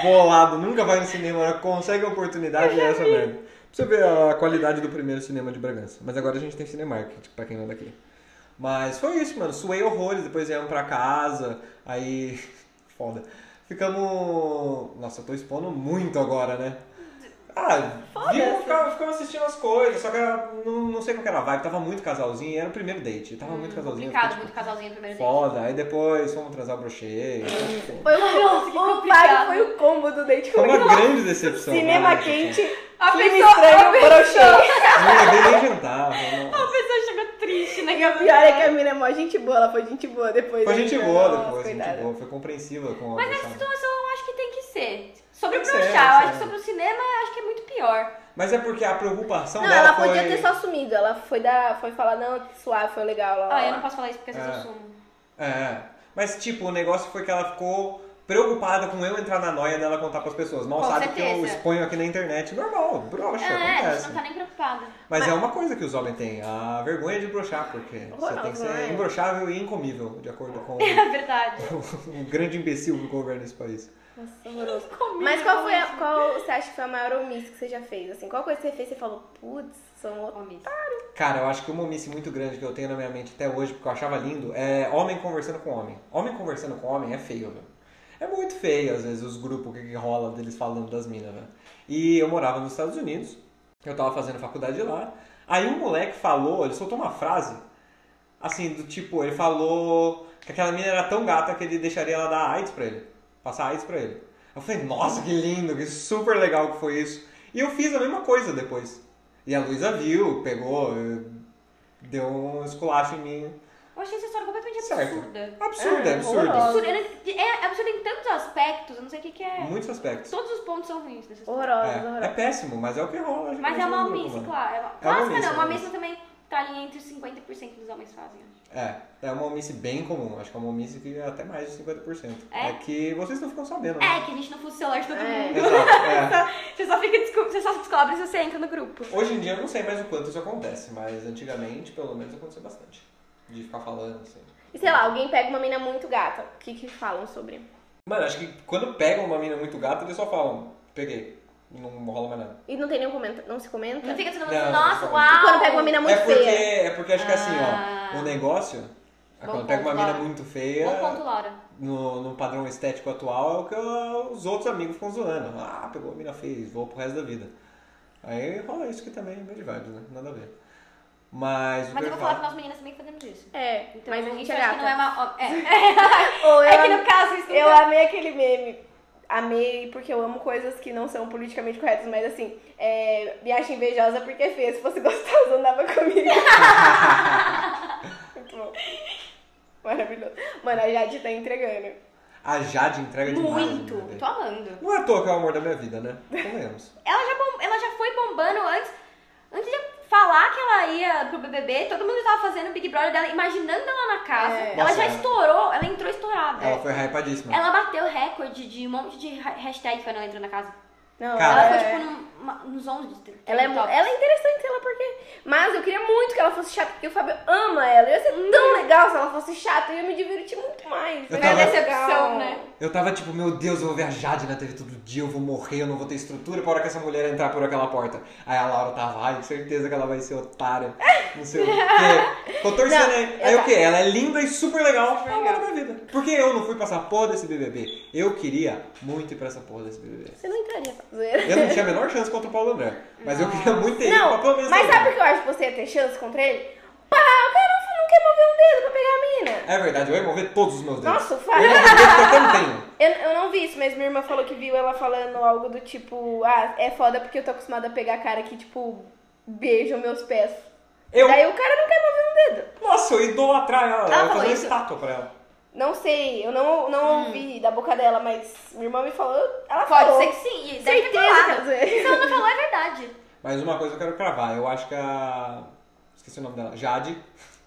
esse.
Bolado, nunca vai no cinema, consegue oportunidade e é essa merda. Pra você ver a qualidade do primeiro cinema de Bragança. Mas agora a gente tem Cinemark, tipo, pra quem não é daqui. Mas foi isso, mano. Suei horrores, depois viemos pra casa, aí. Foda. Ficamos. Nossa, eu tô expondo muito agora, né? Ah, viu, ficava, ficava assistindo as coisas, só que era- não, não sei qual que era a vibe, tava muito casalzinho, e era o primeiro date, tava muito casalzinho. eu
Hum, Complicado,
fiquei,
muito casalzinho no primeiro
tipo,
date.
foda, aí depois fomos transar o brochê. Tipo,
Foi o,
Nossa, que
o
complicado.
pai foi o combo do date
foi
comigo.
uma grande decepção.
Cinema
realmente, assim.
quente,
A
filme
pessoa- a
estranho, brochê.
Não levei nem jantar. foi uma-
A pessoa chega triste, né?
E o pior é que a mina é mó gente boa, ela foi gente boa depois.
Foi
né?
gente
Nossa,
boa depois,
coitada.
gente boa. Foi compreensiva com a
Mas é nessa
pessoa.
situação eu acho que tem que ser. Sobre o
Tem que ser,
brochar, eu acho
sim.
que sobre o cinema eu acho que é muito pior.
Mas é porque a preocupação
Não,
dela
ela
foi...
podia ter só sumido. Ela foi dar, foi falar, não, que suave, foi legal. Lá, lá,
Ah, eu
lá.
não posso falar isso porque às vezes eu
É.
sumo.
É. Mas, tipo, o negócio foi que ela ficou preocupada com eu entrar na noia dela contar pras pessoas. Mal
Com
sabe que eu
certeza.
exponho aqui na internet. Normal, broxa,
É, a gente
acontece.
não tá nem preocupada.
Mas, é uma coisa que os homens têm, a vergonha de broxar, porque você tem que
Horroroso,
ser
né?
imbrochável e incomível, de acordo com
É verdade.
o grande imbecil que governa esse país.
Nossa, horroroso.
Comigo,
Mas qual foi a, qual você acha que foi a maior omissa que você já fez? Assim, qual coisa que você fez e você falou, putz, sou um outro.
Omissa.
Cara, eu acho que uma omice muito grande que eu tenho na minha mente até hoje, porque eu achava lindo, é homem conversando com homem. Homem conversando com homem é feio, velho. É muito feio, às vezes, os grupos que, que rola deles falando das minas, velho. E eu morava nos Estados Unidos, eu tava fazendo faculdade lá. Aí um moleque falou, ele soltou uma frase, assim, do tipo, ele falou que aquela mina era tão gata que ele deixaria ela dar AIDS pra ele. Passar AIDS pra ele. Eu falei, nossa, que lindo, que super legal que foi isso. E eu fiz a mesma coisa depois. E a Luísa viu, pegou, eh, deu um esculacho em mim.
Eu achei essa história completamente
Certo.
absurda.
Absurdo,
É,
é, absurdo.
horroroso.
Absurda, ela- É absurda em tantos aspectos, eu não sei o que, que é.
Muitos aspectos.
Todos os pontos são ruins nessa história.
Horrorosa,
É, é
horrorosa.
péssimo, mas é o que rola. acho que
Mas é
no
uma
grupo,
omissa,
mano.
claro. É uma...
É uma
Clássica
omissa,
não, uma
é uma
omissa também tá ali entre os 50% dos homens fazem. eu acho.
É, é uma omisse bem comum. Acho que é uma omisse que é até mais de 50%.
É?
que vocês não ficam sabendo, né?
É, que a gente não fuça o celular de todo
É.
mundo.
Exato,
Você só fica descob- você só descobre se você entra no grupo.
é. Hoje em dia eu não sei mais o quanto isso acontece, mas antigamente, pelo menos, aconteceu bastante. De ficar falando, assim.
E sei lá, alguém pega uma mina muito gata. O que que falam sobre?
Mano, acho que quando pegam uma mina muito gata, eles só falam, peguei. Não rola mais nada.
E não tem nenhum comenta, não se comenta?
Não fica todo mundo,
Não,
nossa,
não.
uau.
E quando pega uma mina muito
é porque,
feia?
É porque acho que assim, ó,
Ah.
o negócio, é
Bom
quando pega uma
ponto,
mina
Laura.
muito feia,
Bom ponto, Laura.
no, no padrão estético atual, é o que eu- os outros amigos ficam zoando. Ah, pegou a mina feia, vou pro resto da vida. Aí rola isso que também é meio de vibes, né? Nada a ver. Mas, o
Mas
que eu
eu vou falar
falo-
que nós meninas também fazemos isso.
É,
Então,
mas a gente
isso
é
eu acho que não é
gata.
uma. É,
Ou
é
eu,
que no caso isso não
eu
tá-
amei aquele meme. Amei porque eu amo coisas que não são politicamente corretas, mas assim, é, me acho invejosa porque é feia. Se fosse gostosa, andava comigo. Muito bom. Maravilhoso. Mano, a Jade tá entregando.
A Jade entrega demais. né,
Muito.
velho?
Tô amando.
Não é à toa que é o amor da minha vida, né? Convenhamos.
Ela já, bom- ela já foi bombando antes. Antes de falar que ela ia pro BBB, todo mundo tava fazendo o Big Brother dela, imaginando ela na casa.
É.
Ela
Nossa,
já
ela-
estourou, ela entrou estourada.
Ela foi assim. hypadíssima.
Ela bateu recorde de um monte de ha- hashtag quando ela entrou na casa.
Não,
Cara.
Ela
ela
foi
é-
tipo num- uma- nos 11 de ter-
Ela é, mu-
top.
ela é interessante, sei lá por quê. Mas eu queria muito que ela fosse chata, porque o Fábio ama ela. Eu ia ser tão legal se ela fosse chata, eu ia me divertir muito mais.
Eu
Mas
tava-
é decepção,
Decepção, né?
Eu tava tipo, meu Deus, eu vou ver a Jade na TV todo dia, eu vou morrer, eu não vou ter estrutura pra hora que essa mulher entrar por aquela porta. Aí a Laura tava, ai, com certeza que ela vai ser otária, não sei o quê. Tô torcendo
Não,
aí.
eu
Aí o
tava-
quê? Ela é linda e super legal,
Super
ela
legal.
manda minha vida. Por que eu não fui pra essa porra desse BBB? Eu queria muito ir pra essa porra desse BBB.
Você não entraria, Fábio. Zoeira.
Eu não tinha a menor chance contra o Paulo André, mas eu queria muito ter ido pra pelo
Não,
menos...
mas
alguém.
sabe o que eu acho que você ia ter chance contra ele? Pá, o cara não- não quer mover um dedo pra pegar a mina.
É verdade, eu ia mover todos os meus dedos.
Nossa, o
eu
Fábio.
ia mover dedos que eu até não tenho.
Eu, eu não vi isso, mas minha irmã falou que viu ela falando algo do tipo, ah, é foda porque eu tô acostumada a pegar cara que, tipo, beijam meus pés.
Eu-
Daí o cara não quer mover um dedo.
Nossa, eu idolatrar ela, eu ia
falou
fazer uma
isso?
estátua pra ela.
Não sei, eu não, não ouvi da boca dela, mas minha irmã me falou, ela
Hum. Pode
falou.
ser que sim. e Deve ter
Certeza que
falado.
ela zoou.
Se ela não falou, é verdade.
Mas uma coisa eu quero cravar, eu acho que a. Esqueci o nome dela. Jade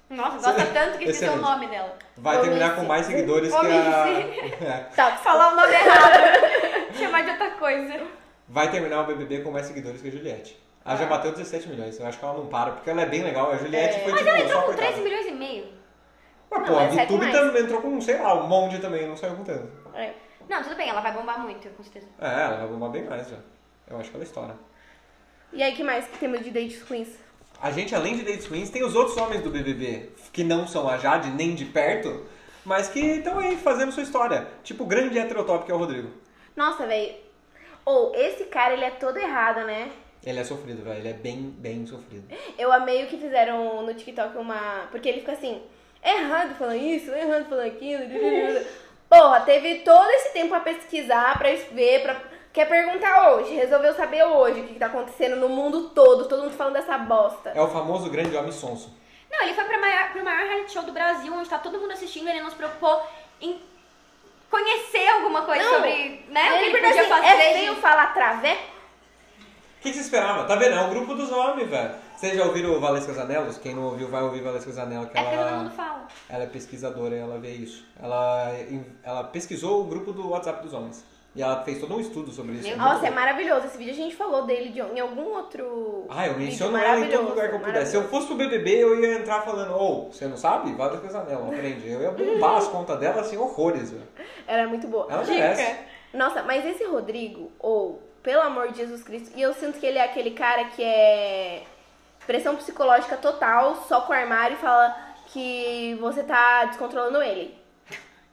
Nossa, gosta tanto que esqueceu o
Excelente.
nome dela.
vai
Vamos
terminar com
ver.
mais seguidores que a. É.
Tá,
Falar o nome errado. Chamar de outra coisa.
Vai terminar o BBB com mais seguidores que a Juliette. Ela
Ah.
já bateu 17 milhões, eu acho que ela não para, porque ela é bem legal. A Juliette foi
Mas
tipo.
ela
só
entrou com
coitada.
13 milhões e meio.
Mas
Não,
pô, a
mas sete
VTube
mais.
também entrou com, sei lá, um monte também, não saiu com tanto.
é.
Não, tudo bem, ela vai bombar muito, com certeza.
É, ela vai bombar bem mais já. Eu acho que ela estoura.
E aí, que mais que temos de dates ruins?
A gente, além de Dates Queens, tem os outros homens do BBB, que não são a Jade nem de perto, mas que estão aí fazendo sua história. Tipo o grande heterotop que é o Rodrigo.
Nossa, velho. Ou esse cara, ele é todo errado, né?
Ele é sofrido, velho. Ele é bem, bem sofrido.
Eu amei o que fizeram no TikTok uma. Porque ele fica assim, errando falando isso, errando falando aquilo. Porra, teve todo esse tempo pra pesquisar, pra ver, pra. Quer perguntar hoje, resolveu saber hoje o que que tá acontecendo no mundo todo, todo mundo falando dessa bosta.
É o famoso grande homem sonso.
Não, ele foi pra maior, pro maior reality show do Brasil, onde tá todo mundo assistindo, ele nos preocupou em conhecer alguma coisa
Não,
sobre, né, o que ele
perguntou
podia
assim,
fazer.
É feio falar traveco?
O que, que você esperava? Tá vendo? É o grupo dos homens, velho. Vocês já ouviram o Valesca Zanelos? Quem não ouviu, vai ouvir Valesca Zanello, que
É porque todo
ela,
mundo fala.
ela é pesquisadora e ela vê isso. Ela, ela pesquisou o grupo do WhatsApp dos homens. E ela fez todo um estudo sobre isso.
Meu
Muito
Nossa, é
bom.
maravilhoso. Esse vídeo a gente falou dele de- em algum outro.
Ah, eu
vídeo
menciono ela em todo
maravilhoso,
lugar que eu puder. Se
maravilhoso.
eu fosse pro BBB, eu ia entrar falando, ou, você não sabe? Valesca Zanello, aprende. Eu ia bombar as contas dela, assim, horrores, velho.
Ela é muito boa.
Ela merece.
Nossa, mas esse Rodrigo, ou, pelo amor de Jesus Cristo, e eu sinto que ele é aquele cara que é pressão psicológica total, só com o armário e fala que você tá descontrolando ele.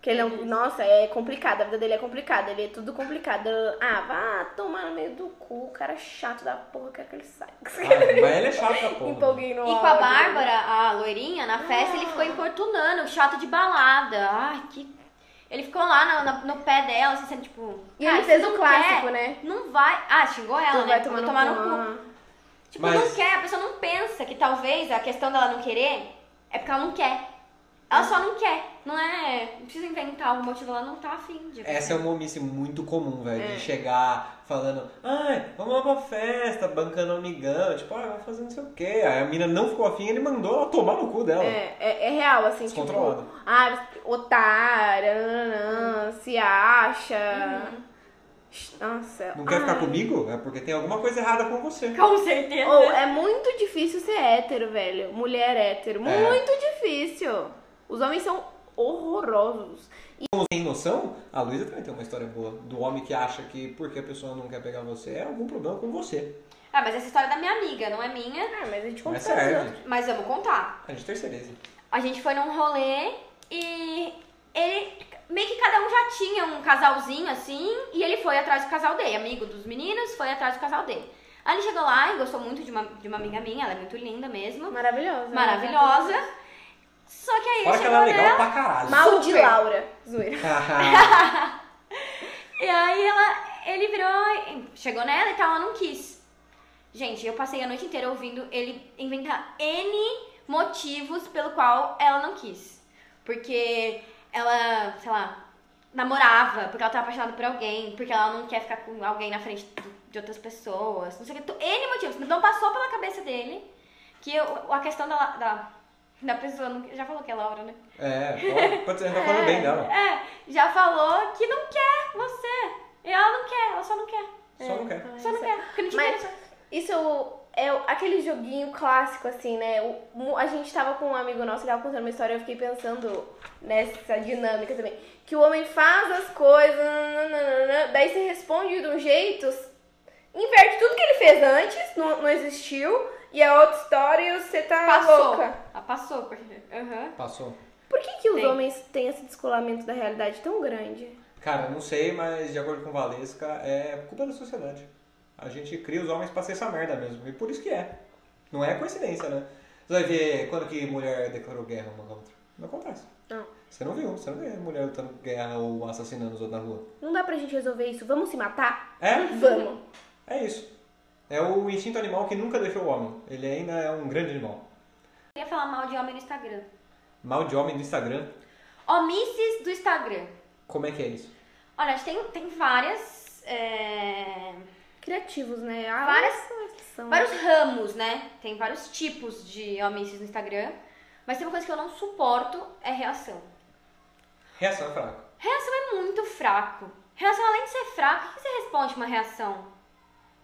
Que ele é um, nossa, é complicado, a vida dele é complicada, ele é tudo complicado. Ah, vá tomar no meio do cu, cara é chato da porra, quero que ele saia.
Ah, mas ele é chato da porra.
Empolguei no
E com a
áudio.
Bárbara, a loirinha, na festa, ele ficou importunando, chato de balada. Ai, que. Ele ficou lá na- na- no, pé dela, assim, sendo tipo.
E
"Ah,
ele
se
fez
não
o clássico,
quer,
né?
Não vai. Ah, xingou ela,
Tu
né?
vai tomar,
Vou
no cu.
no cu. Tipo,
Mas-
não quer, a pessoa não pensa que talvez a questão dela não querer é porque ela não quer. Ela só não quer, não é. Não precisa inventar o motivo, ela não tá afim de.
Essa é uma omice muito comum, velho, de chegar falando, ai, vamos lá pra festa, bancando um amigão, tipo, ah, vai fazer não sei o quê. Aí a mina não ficou afim, ele mandou ela tomar no cu dela.
É, é, é real, assim, tipo,
Então, Descontrolado.
ah, otária, nananã, se acha. Nossa.
Uhum.
Ah.
Não quer ficar
ai.
comigo? É porque tem alguma coisa errada com você.
Com certeza.
Ou,
né?
é muito difícil ser hétero, velho. Mulher hétero.
É.
Muito difícil. Os homens são horrorosos.
Tem noção? A Luísa também tem uma história boa. Do homem que acha que porque a pessoa não quer pegar você, é algum problema com você.
Ah, mas essa história é da minha amiga, não é minha,
Ah, mas a gente
Mas
conta
serve.
mas eu vou contar.
A gente terceiriza.
A gente foi num rolê e ele. Meio que cada um já tinha um casalzinho assim, e ele foi atrás do casal dele, amigo dos meninos, foi atrás do casal dele. Aí ele chegou lá e gostou muito de uma, de uma amiga minha, ela é muito linda mesmo,
Maravilhosa. né?
maravilhosa. Só que aí ele
Fora que
chegou
ela é legal
nela,
pra caralho.
Mal de
Super.
Laura. Zoeira.
e aí ela, ele virou, chegou nela e tal, ela não quis. Gente, eu passei a noite inteira ouvindo ele inventar N motivos pelo qual ela não quis. Porque ela, sei lá, namorava, porque ela tá apaixonada por alguém, porque ela não quer ficar com alguém na frente do- de outras pessoas, não sei o que. tu- N motivos. Então passou pela cabeça dele que eu- a questão da, da, da pessoa. não- Já falou que é Laura, né?
é, pode, pode ser, tá falando bem dela.
É, já falou que não quer você. E ela não quer, ela só não quer.
Só não quer.
Só não quer, porque não te
Mas-
interessa.
Isso é o- aquele joguinho clássico, assim, né? O- mu- a gente tava com um amigo nosso, ele tava contando uma história, eu fiquei pensando nessa dinâmica também. Que o homem faz as coisas, nananana, daí você responde de um jeito, inverte tudo que ele fez antes, não, não existiu, e é outra história e você tá
Passou.
louca.
Ah, passou, porque. Aham.
Passou.
Por que, que os
Sim.
homens têm esse descolamento da realidade tão grande?
Cara, não sei, mas de acordo com Valesca, é culpa da sociedade. A gente cria os homens pra ser essa merda mesmo. E por isso que é. Não é coincidência, né? Você vai ver quando que mulher declarou guerra uma contra outra. Não acontece.
Não.
Você não viu, você não vê mulher lutando guerra ou assassinando os outros na rua.
Não dá pra gente resolver isso. Vamos se matar?
É,
Vamos.
é isso. É o instinto animal que nunca deixou o homem. Ele ainda é um grande animal.
Eu queria falar mal de homem no Instagram.
Mal de homem no Instagram.
Omisses do Instagram.
Como é que é isso?
Olha, a gente tem, tem várias. é,
Criativos, né? Ah,
Várias-
nossa, são-
Vários ramos, né? Tem vários tipos de omisses no Instagram. Mas tem uma coisa que eu não suporto, é reação.
Reação é fraca.
Reação é muito fraco. Reação, além de ser fraco, o que você responde uma reação?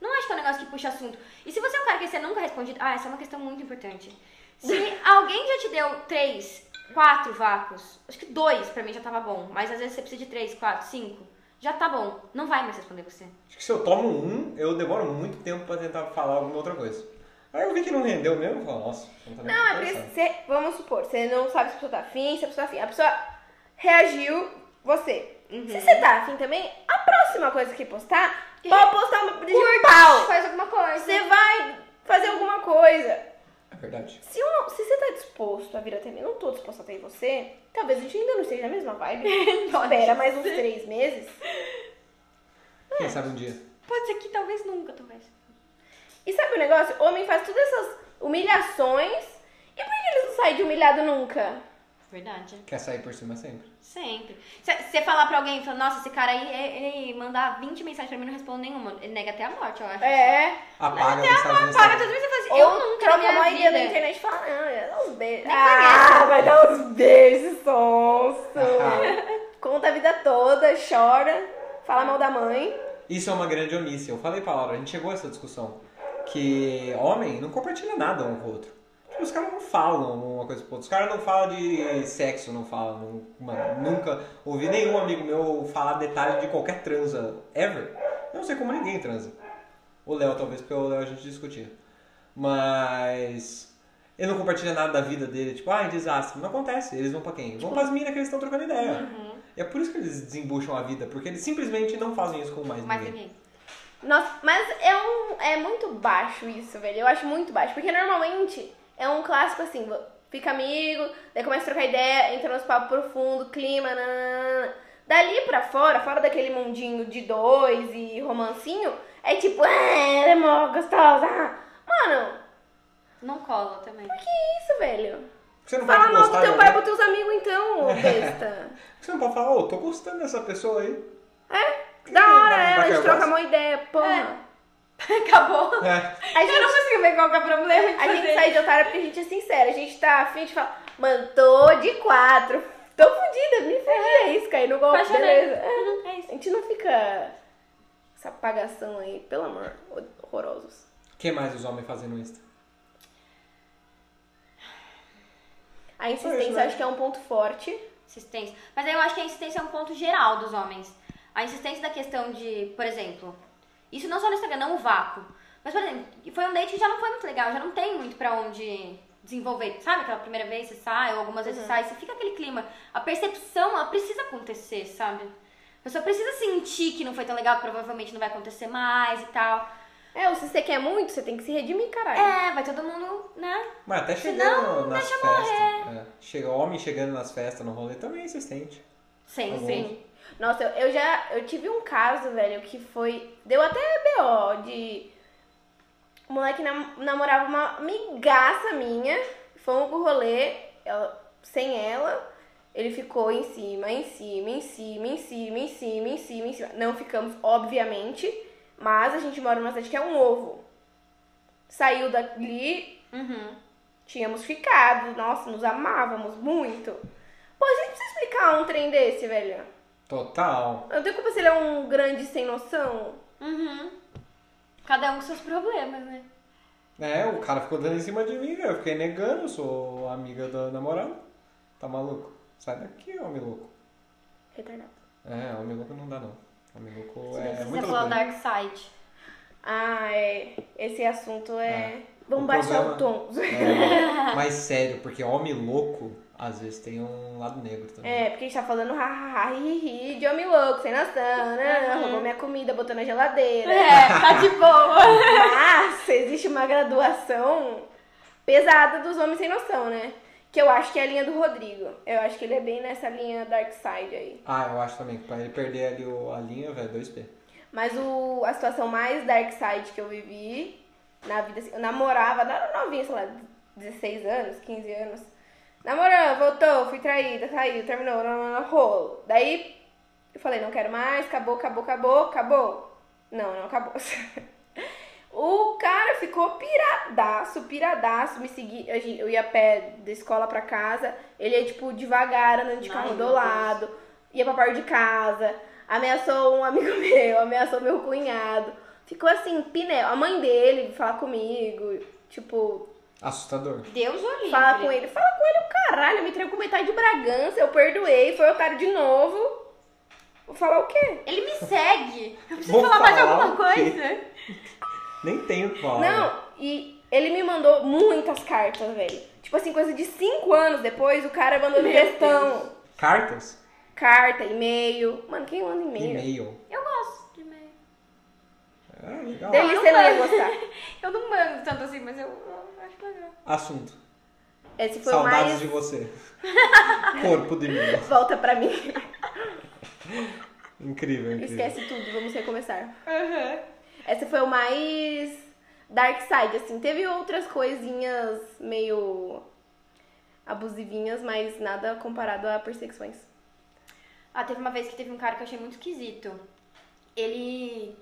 Não acho que é um negócio que puxa assunto. E se você é um cara que você nunca responde, ah, essa é uma questão muito importante. Se alguém já te deu três, quatro vácuos, acho que dois pra mim já tava bom, mas às vezes você precisa de três, quatro, cinco, já tá bom. Não vai mais responder você.
Acho que se eu tomo um, eu demoro muito tempo pra tentar falar alguma outra coisa. Aí eu vi que não rendeu mesmo, eu falo, nossa, não tá nem
Não, é porque
interessado.
você, vamos supor, você não sabe se a pessoa tá afim, se a pessoa tá afim. A pessoa reagiu, você.
Uhum.
Se você tá afim também, a próxima coisa que postar,
Que-
pode postar uma de pau.
Faz alguma coisa.
Você vai fazer alguma coisa.
É verdade.
Se, eu não- se você tá disposto a vir até mim, eu não tô disposto a ter você, talvez a gente ainda não esteja na mesma vibe.
Pode
Espera mais uns três meses. É.
Quem sabe um dia.
Pode ser que talvez nunca, talvez.
E sabe o negócio? Homem faz todas essas humilhações. E por que eles não saem de humilhado nunca?
Verdade.
Quer sair por cima sempre.
Sempre. Se se você falar pra alguém, falar, nossa, esse cara aí, ele, ele mandar 20 mensagens pra mim e não responde nenhuma. Ele nega até a morte, eu acho. assim.
É.
Apaga os mensagens no
Paga
Instagram.
tudo isso e fala assim,
Ou
eu nunca
troca
na minha
uma
vida.
ideia na internet e fala, ah, dá uns beijos.
Nem
Ah, vai dar uns beijos, sonso. Conta a vida toda, chora, fala mal da mãe.
Isso é uma grande omissa. Eu falei pra Laura, a gente chegou a essa discussão. Que homem não compartilha nada um com o outro. Tipo, Os caras não falam uma coisa pro outro. Os caras não falam de sexo, não falam. não- mano, nunca ouvi nenhum amigo meu falar detalhe de qualquer transa. Ever. Eu não sei como ninguém transa. O Léo, talvez, porque o Léo a gente discutia. Mas. Ele não compartilha nada da vida dele, tipo, ai, desastre. Não acontece. Eles vão pra quem? Vão pras minas que eles estão trocando ideia.
Uhum.
É por isso que eles desembucham a vida, porque eles simplesmente não fazem isso com mais
Mais
ninguém.
ninguém.
Nossa, mas é, um, é muito baixo isso, velho. Eu acho muito baixo. Porque normalmente é um clássico assim, vo- fica amigo, daí começa a trocar ideia, entra nos papos profundos, clima, nananana. Dali pra fora, fora daquele mundinho de dois e romancinho, é tipo, ah, ela é mó gostosa. Mano,
Não cola também.
que isso, velho?
Você não
Fala
pode
mal do
gostar
teu
de
pai
alguém.
pros teus amigos então, ô besta.
Você não pode falar, ô, tô gostando dessa pessoa aí. É?
da hora, né? A gente troca
troca
uma ideia, porra.
Acabou.
É.
A gente
É. Eu não consigo ver qual que é o problema de
A gente
fazer.
sai de otária porque a gente é sincera. A gente tá afim de falar, mano, tô de quatro. Tô fodida, me ferrei. É isso, caí no golpe,
Apaixonei.
beleza.
Uhum, É isso.
A gente não fica essa apagação aí, pelo amor, horrorosos.
Quem mais os homens fazem no Insta?
A
Só isso,
insistência
né?
acho que é um ponto forte.
Insistência. Mas aí eu acho que a insistência é um ponto geral dos homens. A insistência da questão de, por exemplo, isso não só no Instagram, não o vácuo. Mas, por exemplo, foi um date que já não foi muito legal, já não tem muito pra onde desenvolver. Sabe aquela primeira vez você sai, ou algumas
Uhum.
vezes você sai, você fica aquele clima. A percepção, ela precisa acontecer, sabe? A pessoa precisa sentir que não foi tão legal, provavelmente não vai acontecer mais e tal.
É, ou se você quer muito, você tem que se redimir, caralho.
É, vai todo mundo, né?
Mas até chegando nas festas. É. Chega, homem chegando nas festas, no rolê, também é insistente.
Sempre.
Sim.
Nossa, eu, eu já eu tive um caso, velho, que foi. Deu até BO de. O moleque nam- namorava uma amigaça minha. Fomos pro rolê, ela, sem ela. Ele ficou em cima, em cima, em cima, em cima, em cima, em cima, em cima. Não ficamos, obviamente. Mas a gente mora numa cidade que é um ovo. Saiu dali,
Uhum.
tínhamos ficado. Nossa, nos amávamos muito. Pô, a gente precisa explicar um trem desse, velho.
Total.
Eu não tenho culpa se ele é um grande sem noção.
Uhum. Cada um com seus problemas, né?
É, o cara ficou dando em cima de mim, velho. Eu fiquei negando, eu sou amiga da namorada. Tá maluco? Sai daqui, homem louco.
Retardado.
É, homem louco não dá não. Homem louco
Se bem que
é
se você
muito
for o
louco.
Dark Side.
Ah, é. Esse assunto é.
É.
Vamos
O
baixar
problema-
o tom.
É, mas sério, porque homem louco às vezes tem um lado negro também.
É, porque a gente tá falando hahaha, hihi, de homem louco, sem noção, né? Roubou minha comida, botou na geladeira.
É, tá de boa.
Mas existe uma graduação pesada dos homens sem noção, né? Que eu acho que é a linha do Rodrigo. Eu acho que ele é bem nessa linha Dark Side aí.
Ah, eu acho também que pra ele perder ali o- a linha, velho, 2P.
Mas o, a situação mais dark side que eu vivi na vida, assim, eu namorava, não era novinha, sei lá, 16 anos, 15 anos. Namorou, voltou, fui traída, saiu, terminou, não, não, não, rolo. Daí eu falei, não quero mais, acabou, acabou, acabou, acabou. Não, não acabou. O cara ficou piradaço, piradaço, me seguia, a gente- eu ia a pé da escola pra casa, ele ia, tipo, devagar, andando de
Ai,
carro
meu
do
Deus.
lado, ia pra parte de casa, ameaçou um amigo meu, ameaçou meu cunhado, ficou assim, piné, a mãe dele falar comigo, tipo,
Assustador.
Deus o livre.
fala com ele, fala com ele o caralho, me entregou com metade de Bragança, eu perdoei, foi otário de novo, vou falar o quê?
Ele me segue. Eu preciso
Vou
falar mais
falar
alguma
o quê?
coisa.
Nem tenho qual.
Não, e ele me mandou muitas cartas, velho. Tipo assim, coisa de cinco anos depois, o cara mandou
Meu
questão.
Deus.
Cartas?
Carta, e-mail. Mano, quem manda e-mail?
E-mail.
Eu gosto de e-mail.
É legal.
Daí
Não, eu
você não ia
mando.
gostar.
Eu não mando tanto assim, mas eu, eu acho legal.
Assunto.
Esse foi o
Saudades
mais.
de você. Corpo de mim.
Volta pra mim.
Incrível, incrível.
Esquece tudo, vamos recomeçar.
Aham.
Essa foi o mais dark side, assim. Teve outras coisinhas meio abusivinhas, mas nada comparado a perseguições.
Ah, teve uma vez que teve um cara que eu achei muito esquisito. Ele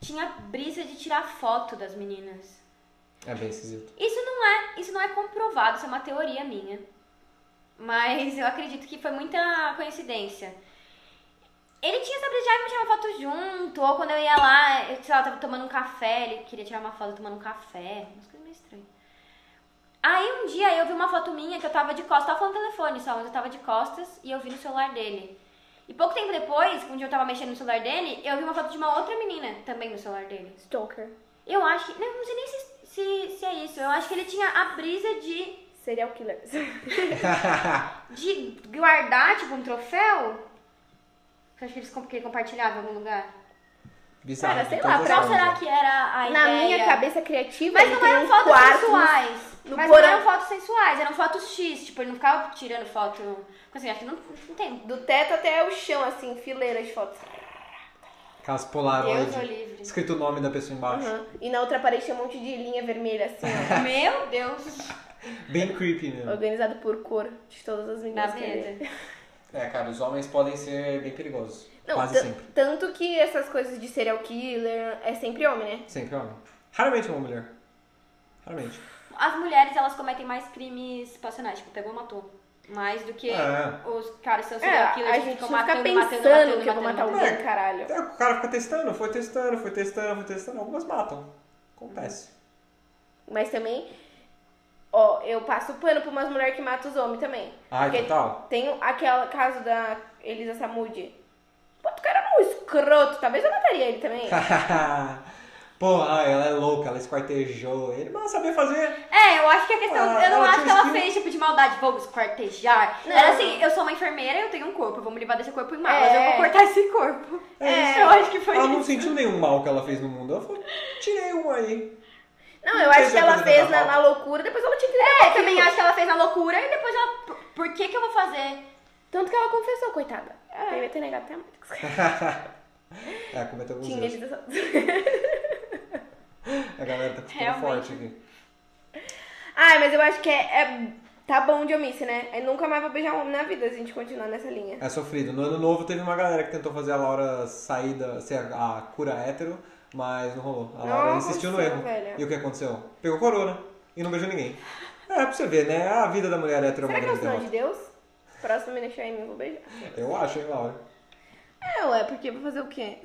tinha brisa de tirar foto das meninas.
É bem esquisito.
Isso não é, isso não é comprovado, isso é uma teoria minha. Mas eu acredito que foi muita coincidência. Ele tinha essa brisa de "Ai, vamos tirar uma foto junto, ou quando eu ia lá, eu sei lá, tava tomando um café, ele queria tirar uma foto tomando um café, umas coisas meio estranhas. Aí um dia eu vi uma foto minha que eu tava de costas, tava falando no telefone só, mas eu tava de costas e eu vi no celular dele. E pouco tempo depois, um dia eu tava mexendo no celular dele, eu vi uma foto de uma outra menina também no celular dele.
Stalker.
Eu acho que. Não, não sei nem se, se, se é isso. Eu acho que ele tinha a brisa de,
Serial killers.
de guardar, tipo, um troféu. Eu acho que, eles, comp- que ele compartilhava em algum lugar.
Bizarro.
Cara, sei
de
lá,
todas as
Qual
formas,
será
né?
que era
Na
a ideia?
minha cabeça criativa,
Mas
ele
não
tem
eram
um
fotos
quarto no
sensuais.
no
mas
porão.
não eram fotos sensuais, eram fotos X. Tipo, ele não ficava tirando foto. Assim, acho que não, não tem.
Do teto até o chão, assim, fileiras de fotos.
Aquelas polaroid.
Deus o livre.
Escrito o nome da pessoa embaixo.
Aham. E na outra parede tinha um monte de linha vermelha, assim, ó.
Meu Deus.
Uhum.
Bem creepy mesmo.
organizado por cor de todas as
Dá
meninas. que eu vi.
medo.
É, cara, os homens podem ser bem perigosos.
Não,
Quase
tan-
sempre.
Tanto que essas coisas de serial killer é sempre homem, né?
Sempre homem. Raramente uma mulher. Raramente.
As mulheres, elas cometem mais crimes passionais. Tipo, pegou, matou. Mais do que
É.
os caras que são
É,
serial killers
a
que
gente
ficam
não fica
matando,
pensando
matando, matando,
que eu vou matar
matando,
um.
alguém,
matando.
caralho.
É, o cara fica testando, foi testando, foi testando, foi testando. Algumas matam. Acontece.
Uhum. Mas também, ó, eu passo pano pra umas mulheres que matam os homens também.
Ai,
Porque
total.
Tem aquele caso da Elisa Samudi. Pô, o cara é um escroto, talvez eu mataria ele também.
Porra, ela é louca, ela esquartejou ele, mas sabia fazer.
É, eu acho que a questão.
Ah,
eu não
ela tinha
acho que ela
skill.
fez tipo de maldade, vamos cortejar.
Não.
Era assim, eu sou uma enfermeira, eu tenho um corpo, vamos levar desse corpo em malas,
É.
eu vou cortar esse corpo.
É.
eu acho que foi
Ela
isso.
não sentiu nenhum mal que ela fez no mundo. Ela falou, tirei um aí.
Não,
Não
eu
fez
acho é que
a
ela
coisa
fez na,
da
na loucura, depois ela tinha que lidar
É,
com
eu
aquilo.
também acho que ela fez na loucura e depois ela. Por, por que que eu vou fazer?
Tanto que ela confessou, coitada. É. Devia ter negado até muito.
É, cometeu alguns
Tinha
erros.
ele dessa-
A galera tá cuspindo
Realmente.
forte aqui.
Ai, mas eu acho que é, é- tá bom de omisse, né? Eu nunca mais vou beijar um homem na vida se a gente continuar nessa linha.
É sofrido. No ano novo teve uma galera que tentou fazer a Laura sair da, ser a, a cura hétero, mas não rolou. A Laura
Nossa,
insistiu no erro.
velho.
E o que aconteceu? Pegou corona e não beijou ninguém. É, pra você ver, né? A vida da mulher hétero é
Será
uma
que é um
grande
sinal de
derrota.
Deus? Próximo me deixar em mim, eu vou beijar.
Eu acho, hein, Laura?
É, ué, porque vou fazer o quê?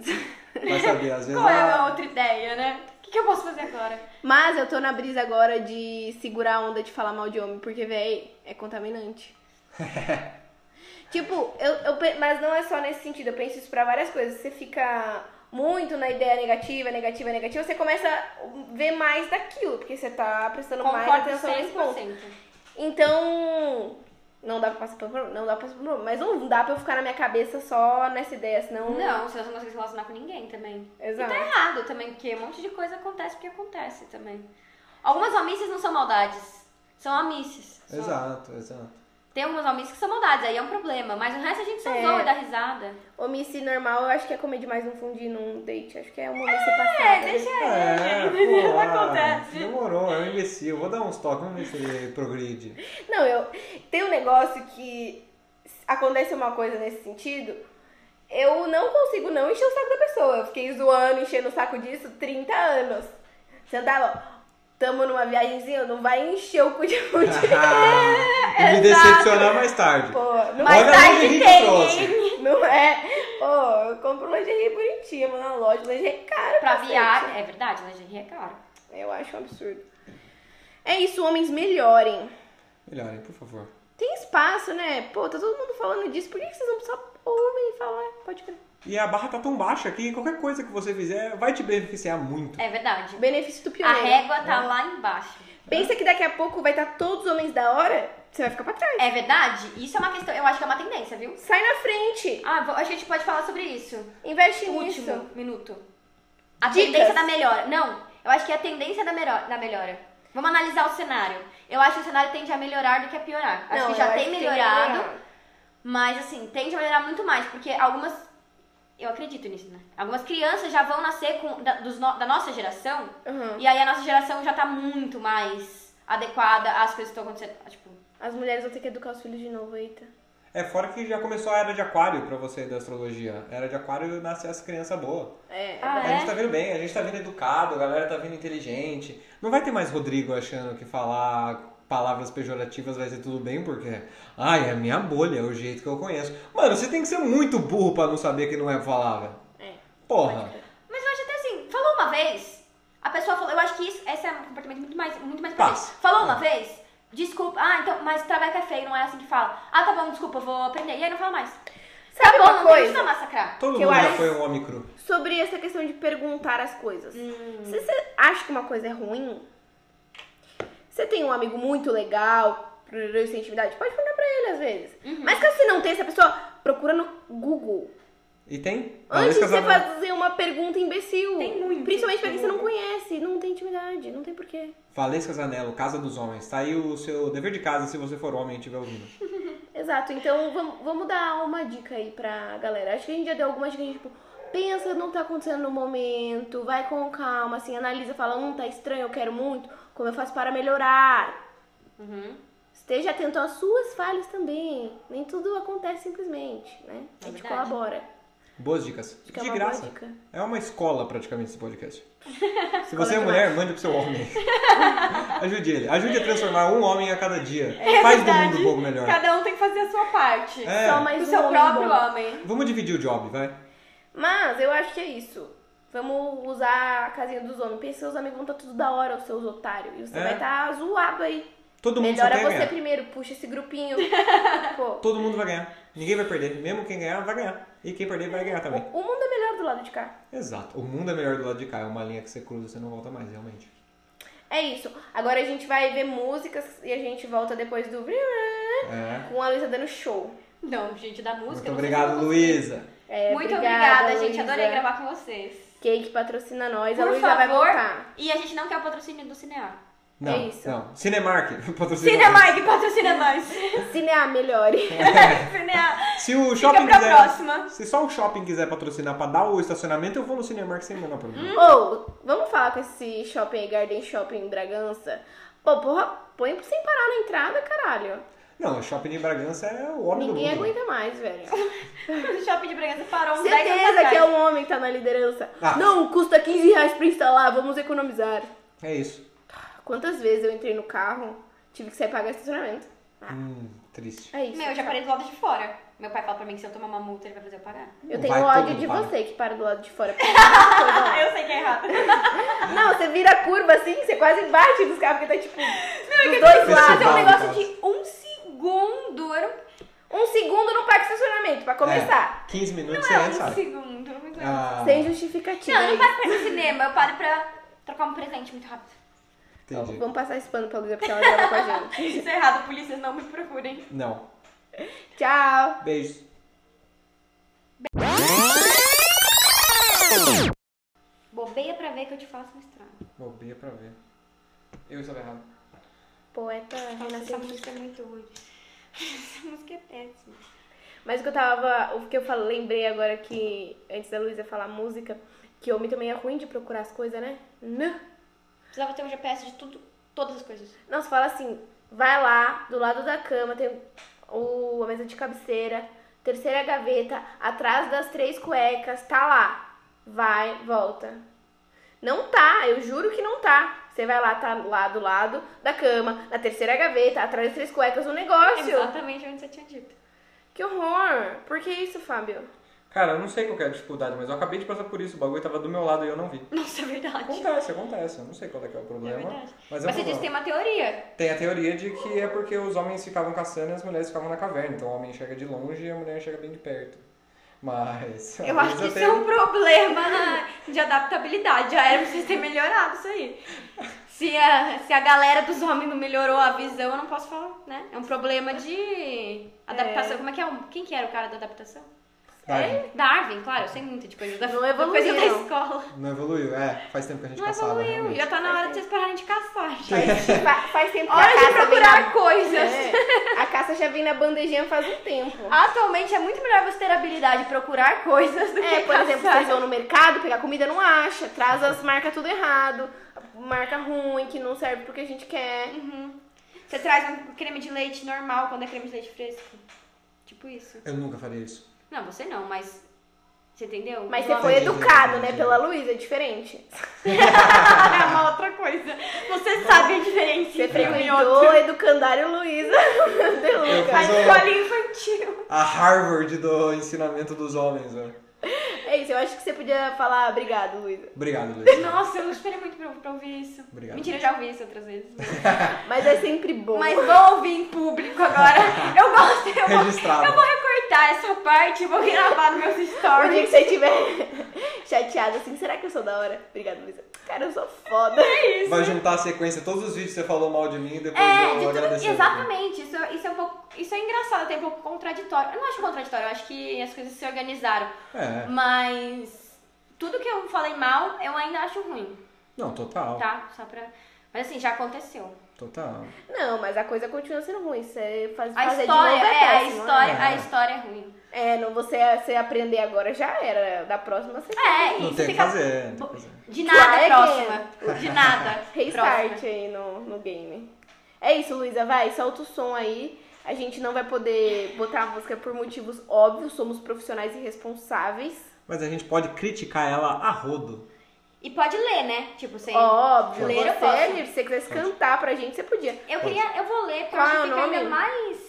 Vai saber, às vezes.
Qual é
ela-
a outra ideia, né? O que, que eu posso fazer agora?
Mas eu tô na brisa agora de segurar a onda de falar mal de homem, porque, véi, é contaminante. tipo, eu, eu pe- mas não é só nesse sentido, eu penso isso pra várias coisas. Você fica muito na ideia negativa, negativa, negativa, você começa a ver mais daquilo, porque você tá prestando mais
Concordo
atenção nesse ponto.
100%.
Então, não dá pra passar pelo problema, não dá pra passar pelo problema, mas não dá pra eu ficar na minha cabeça só nessa ideia, senão...
Não, se você não consegue se relacionar com ninguém também.
Exato.
E tá errado também, porque um monte de coisa acontece porque acontece também. Algumas omissas não são maldades, são omissas. São-
Exato, exato.
Tem algumas omissas que são maldades, aí é um problema. Mas o resto a gente só
É.
zoa e dá risada.
Então, Omisse normal, eu acho que é comer demais num fundi num date. Acho que é uma omisse passada.
É, deixa
É,
ele,
pô,
não
ah,
acontece.
Demorou, é um imbecil. Vou dar uns toques, vamos ver se ele progride.
Não, eu. Tem um negócio que acontece uma coisa nesse sentido. Eu não consigo não encher o saco da pessoa. Eu fiquei zoando, enchendo o saco disso 30 anos. Sentava, tamo numa viagemzinha, não vai encher o cu de fundi.
é,
e Ah, me decepcionar mais tarde.
Pô, não
Mas- Olha
vai.
Mais
a
tarde
lingerie que trouxe.
tem, hein?
Não é. Pô, eu compro lingerie bonitinha, vou na loja, lingerie é caro.
Pra
cacete.
viagem. É verdade, lingerie é caro.
Eu acho um absurdo. É isso, homens melhorem.
Melhorem, por favor.
Tem espaço, né? Pô, tá todo mundo falando disso. Por que que vocês não só ouvem e falam? "Ah, Pode crer.
E a barra tá tão baixa que qualquer coisa que você fizer vai te beneficiar muito.
É verdade.
Benefício do
A
pioneiro.
régua tá lá embaixo.
Pensa que daqui a pouco vai estar todos os homens da hora, você vai ficar pra trás.
É verdade? Isso é uma questão, eu acho que é uma tendência, viu?
Sai na frente.
Ah, vou- a gente pode falar sobre isso.
Investe
Último
nisso.
minuto. A
Dicas.
tendência da melhora. Não, eu acho que é a tendência da, melhor, da melhora. Vamos analisar o cenário. Eu acho que o cenário tende a melhorar do que a piorar. Acho
Não,
que já
eu
tem
acho que
melhorado,
melhorar.
mas assim, tende a melhorar muito mais, porque algumas. Eu acredito nisso, né? Algumas crianças já vão nascer com, da, dos no- da nossa geração,
Uhum.
e aí a nossa geração já tá muito mais adequada às coisas que estão acontecendo. Tipo,
As mulheres vão ter que educar os filhos de novo, eita.
É fora que já começou a era de aquário pra você da astrologia. Era de aquário nasce as crianças boas.
É.
Ah,
a gente
é?
tá vindo bem, a gente tá vindo educado, a galera tá vindo inteligente. Não vai ter mais Rodrigo achando que falar palavras pejorativas vai ser tudo bem, porque. Ai, é a minha bolha, é o jeito que eu conheço. Mano, você tem que ser muito burro pra não saber que não é palavra.
É.
Porra.
Mas eu acho até assim, falou uma vez, a pessoa falou, eu acho que isso, esse é um comportamento muito mais, muito mais
Passa. É.
presente. Falou uma vez, desculpa, ah, então, mas traveca é feio, não é assim que fala. Ah, tá bom, desculpa, eu vou aprender. E aí não fala mais.
Sabe
tá bom,
uma
não precisa
coisa?
massacrar.
Todo
Que eu
mundo já
acho-
foi um homem cru.
Sobre essa questão de perguntar as coisas.
Hum.
Se você acha que uma coisa é ruim, você tem um amigo muito legal, prururu, sem intimidade, pode perguntar pra ele às vezes.
Uhum.
Mas caso você não tenha essa pessoa, procura no Google.
E tem?
Antes
Talvez
de você
casal-
fazer uma pergunta imbecil.
Tem muito
Principalmente pra quem você não
isso.
conhece, não tem intimidade, não tem porquê.
Valesca Zanello, Casa dos Homens. Tá aí o seu dever de casa se você for homem e estiver ouvindo.
Exato, então vamos, vamos dar uma dica aí pra galera. Acho que a gente já deu algumas dicas, tipo, pensa não tá acontecendo no momento, vai com calma, assim, analisa, fala, hum, tá estranho, eu quero muito, como eu faço para melhorar?
Uhum.
Esteja atento às suas falhas também. Nem tudo acontece simplesmente, né? A
É
gente
verdade.
colabora.
Boas dicas.
Acho que é
de
uma boa
graça.
dica.
É uma escola praticamente esse podcast. Se você é
demais.
mulher, mande pro seu homem. Ajude ele. Ajude a transformar um homem a cada dia. Faz do mundo um pouco melhor.
Cada um tem que fazer a sua parte.
É.
É Só mais
Do
um
seu
homem
próprio
bom.
homem.
Vamos dividir o job, vai.
Mas eu acho que é isso. Vamos usar a casinha dos homens. Pensa, seus amigos vão estar tudo da hora, os seus otários. E você
É.
vai estar zoado aí.
Todo mundo
Melhora
só quer
é você
ganhar.
primeiro, puxa esse grupinho. Pô,
Todo mundo vai ganhar. Ninguém vai perder. Mesmo quem ganhar, vai ganhar. E quem perder, vai ganhar também.
o mundo é melhor do lado de cá.
Exato. O mundo é melhor do lado de cá. É uma linha que você cruza, você não volta mais, realmente.
É isso. Agora a gente vai ver músicas e a gente volta depois do
É.
com a Luísa dando show.
Não, gente, da música.
Muito
não sei
obrigado,
se-
Luísa.
É,
Muito obrigada, gente.
Luísa.
Adorei gravar com vocês.
Quem que patrocina nós?
Por
a Luísa vai
favor.
voltar.
E a gente não quer o patrocínio do Cinear.
Não,
É isso.
não. Cinemark. patrocina nós.
Cinemark, patrocina nós.
Cinear, melhore.
Cinear.
Se o
Fica
shopping
pra
quiser...
próxima.
Se só o shopping quiser patrocinar pra dar o estacionamento, eu vou no Cinemark sem o menor
Hum?
problema.
Ou, vamos falar com esse shopping aí, Garden Shopping em Bragança? Pô, porra, põe sem parar na entrada, caralho.
Não, o shopping de Bragança é o homem
Ninguém
do mundo.
aguenta mais, velho.
O shopping de Bragança parou uns 10 anos
Certeza
atrás.
que é um homem que tá na liderança.
Ah.
Não, custa 15 reais pra instalar, vamos economizar.
É isso.
Quantas vezes eu entrei no carro, tive que sair pagar estacionamento.
Hum, triste.
É isso.
Meu, eu já parei do lado de fora. Meu pai fala pra mim que se eu tomar uma multa, ele vai fazer eu pagar.
Eu
Não
tenho
vai todo
ódio
mundo
de
para.
você que para do lado de fora. porque tem muita coisa lá.
eu sei que é errado.
Não, você vira a curva assim, você quase bate nos carros, porque tá tipo dos
Esse
dois lados.
Mas é um
vale, então.
negócio
quase.
de um segundo. Era um-
Um segundo no parque de estacionamento, pra começar.
É, 15 minutos você entra,
um
sabe?
segundo. eu Não, aguento.
Ah,
Sem justificativa.
não, eu não paro pra ir no cinema. Eu paro pra trocar um presente muito rápido.
entendi.
Vamos passar esse pano pra Luísa, porque ela joga com a gente.
Isso é errado, polícias não me procurem.
Não.
Tchau!
Beijos.
Bobeia pra ver que eu te faço um estrago.
Bobeia pra ver. Eu estava errado.
Poeta
Nossa, essa
renascentista.
música é muito ruim. Essa música é péssima.
Mas o que eu tava. O que eu falo, lembrei agora que. Antes da Luísa falar música, que homem também é ruim de procurar as coisas, né? Não.
Precisava ter um GPS de tudo, todas as coisas.
Não, você fala assim, vai lá, do lado da cama tem o, a mesa de cabeceira, terceira gaveta, atrás das três cuecas, tá lá. Vai, volta. Não tá, eu juro que não tá. Você vai lá, tá lá do lado da cama, na terceira gaveta, atrás das três cuecas, o negócio.
Exatamente onde você tinha dito.
Que horror! Por que isso, Fábio?
Cara, eu não sei qual que é a dificuldade, mas eu acabei de passar por isso. O bagulho tava do meu lado e eu não vi.
Nossa, é verdade.
Acontece, acontece. Eu não sei qual é que é o
É
problema.
verdade.
mas
Mas,
é um
você disse que tem
problema.
uma teoria.
Tem a teoria de que é porque os homens ficavam caçando e as mulheres ficavam na caverna. Então o homem enxerga de longe e a mulher enxerga bem de perto. Mas.
Eu
às
acho que
vezes
isso é
tenho-
um problema na- de adaptabilidade. Já era pra vocês terem melhorado isso aí. Se a, se a galera dos homens não melhorou a visão, eu não posso falar, né? É um problema de adaptação. Como é que é? o- Quem que era o cara da adaptação? é
Darwin,
Darwin, claro, eu sei muito de coisa da,
É? Não
da coisa da
evoluíram.
escola.
Não evoluiu, é. Faz tempo que a gente
Não
caçava,
evoluiu.
realmente.
Já tá na hora de vocês pararem de caçar. gente.
Faz, fa- faz tempo que a
Hora de
caça vem
procurar
na...
coisas.
É, a caça já vem na bandejinha faz um tempo.
Atualmente é muito melhor você ter habilidade de procurar coisas do
É,
que
por
caçar.
exemplo, vocês vão no mercado, pegar comida, não acha. Traz as marcas tudo errado. Marca ruim, que não serve porque a gente quer.
Você traz um creme de leite normal quando é creme de leite fresco. Tipo isso.
Eu nunca faria isso.
Não, você não, mas. Você entendeu?
Mas
Não,
você foi
entendi,
educado, né?
entendi.
Pela Luísa, é diferente.
é uma outra coisa. Você sabe a diferença.
Você
entre um e
frequentou
outro.
o educandário Luísa De
Eu
Luca.
A
Mas, ó,
escola infantil.
A Harvard do ensinamento dos homens, né? ó.
É isso, eu acho que você podia falar obrigado, Luísa.
Obrigado, Luiz.
Nossa, eu não esperei muito pra, pra ouvir isso.
Obrigado.
Mentira, eu já ouvi isso outras vezes.
Mas é sempre bom.
Mas vou ouvir em público agora. Eu gosto, eu vou,
Registrado.
eu vou recortar essa parte e vou gravar nos meus
O dia que
stories.
você estiver chateado assim, será que eu sou da hora? Obrigada, Luísa. Cara, eu sou foda.
É isso.
Vai juntar a sequência, todos os vídeos que você falou mal de mim e depois
É,
eu
de
agradecer. então.
tudo, exatamente. Isso, isso, é um pouco, isso é engraçado, até um pouco contraditório. Eu não acho contraditório, eu acho que as coisas se organizaram.
É.
Mas tudo que eu falei mal, eu ainda acho ruim,
Não, total.
tá? Só pra... Mas assim, já aconteceu.
Total.
Não, mas a coisa continua sendo ruim. Você faz,
A
fazer
história,
de novo
é,
é,
a
péssimo, né?
história,
né?
a história é ruim.
É, não, você, você aprender agora já era. Da próxima você
Não
É, isso
tem o que
fica
fazer. não tem o que fazer.
de nada
Try again.
próxima. De nada.
é restart
próxima.
aí no, no game. É isso, Luísa, vai, solta o som aí. A gente não vai poder botar a música por motivos óbvios, somos profissionais irresponsáveis.
Mas a gente pode criticar ela a rodo.
E pode ler, né? Tipo, sem...
Óbvio,
Ler eu
você,
posso.
Nir, se você quisesse cantar pra gente, você podia.
Eu queria... Eu vou ler, porque eu
Qual
acho
é o
que fica ainda
nome?
mais...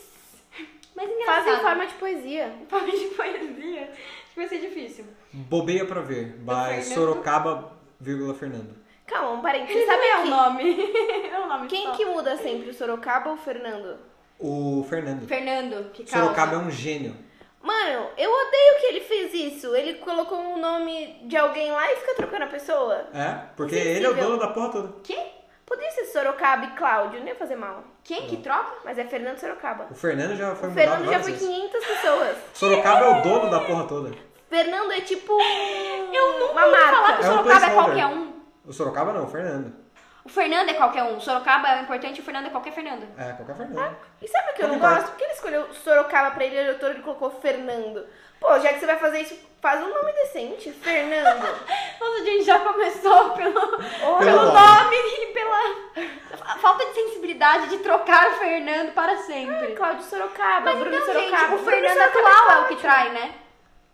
Mais engraçado.
Faz em forma de poesia.
Forma de poesia. Acho que vai ser difícil.
Bobeia pra ver. By
Fernando.
Sorocaba, vírgula Fernando.
Calma, um parênteses. Você
Você sabe o
sabe
é nome. É um nome
que, quem
só.
que muda sempre, o Sorocaba ou o Fernando?
O Fernando.
Fernando, que causa.
Sorocaba é um gênio.
Mano, eu odeio que ele fez isso. Ele colocou o nome de alguém lá e fica trocando a pessoa.
É? Porque ele é o dono da porra toda.
Quem?
Poderia ser Sorocaba e Cláudio, não ia fazer mal.
Quem que troca?
Mas é Fernando Sorocaba.
O Fernando já foi
O
mudado
Fernando já
várias
foi
vezes.
500 pessoas.
Sorocaba é o dono da porra toda.
Fernando é tipo. Eu
nunca
Uma
ouvi falar que
um É
marca.
o
um
Sorocaba é
placeholder.
qualquer um.
O Sorocaba não, o Fernando.
O Fernando é qualquer um. O Sorocaba é o importante, o Fernando é qualquer Fernando.
É, qualquer Fernando.
Ah,
E sabe o que eu não
Não importa.
gosto? Por que ele escolheu Sorocaba pra ele eleitor e colocou Fernando? Pô, já que você vai fazer isso, faz um nome decente. Fernando.
Nossa, a gente já começou pelo,
Olha.
pelo
Pelo
nome e pela a falta de sensibilidade de trocar o Fernando para sempre.
Cláudio Sorocaba,
Mas
Bruno
então,
Sorocaba.
gente, o
Bruno
Fernando
Sorocaba
atual é o que
ótimo.
trai, né?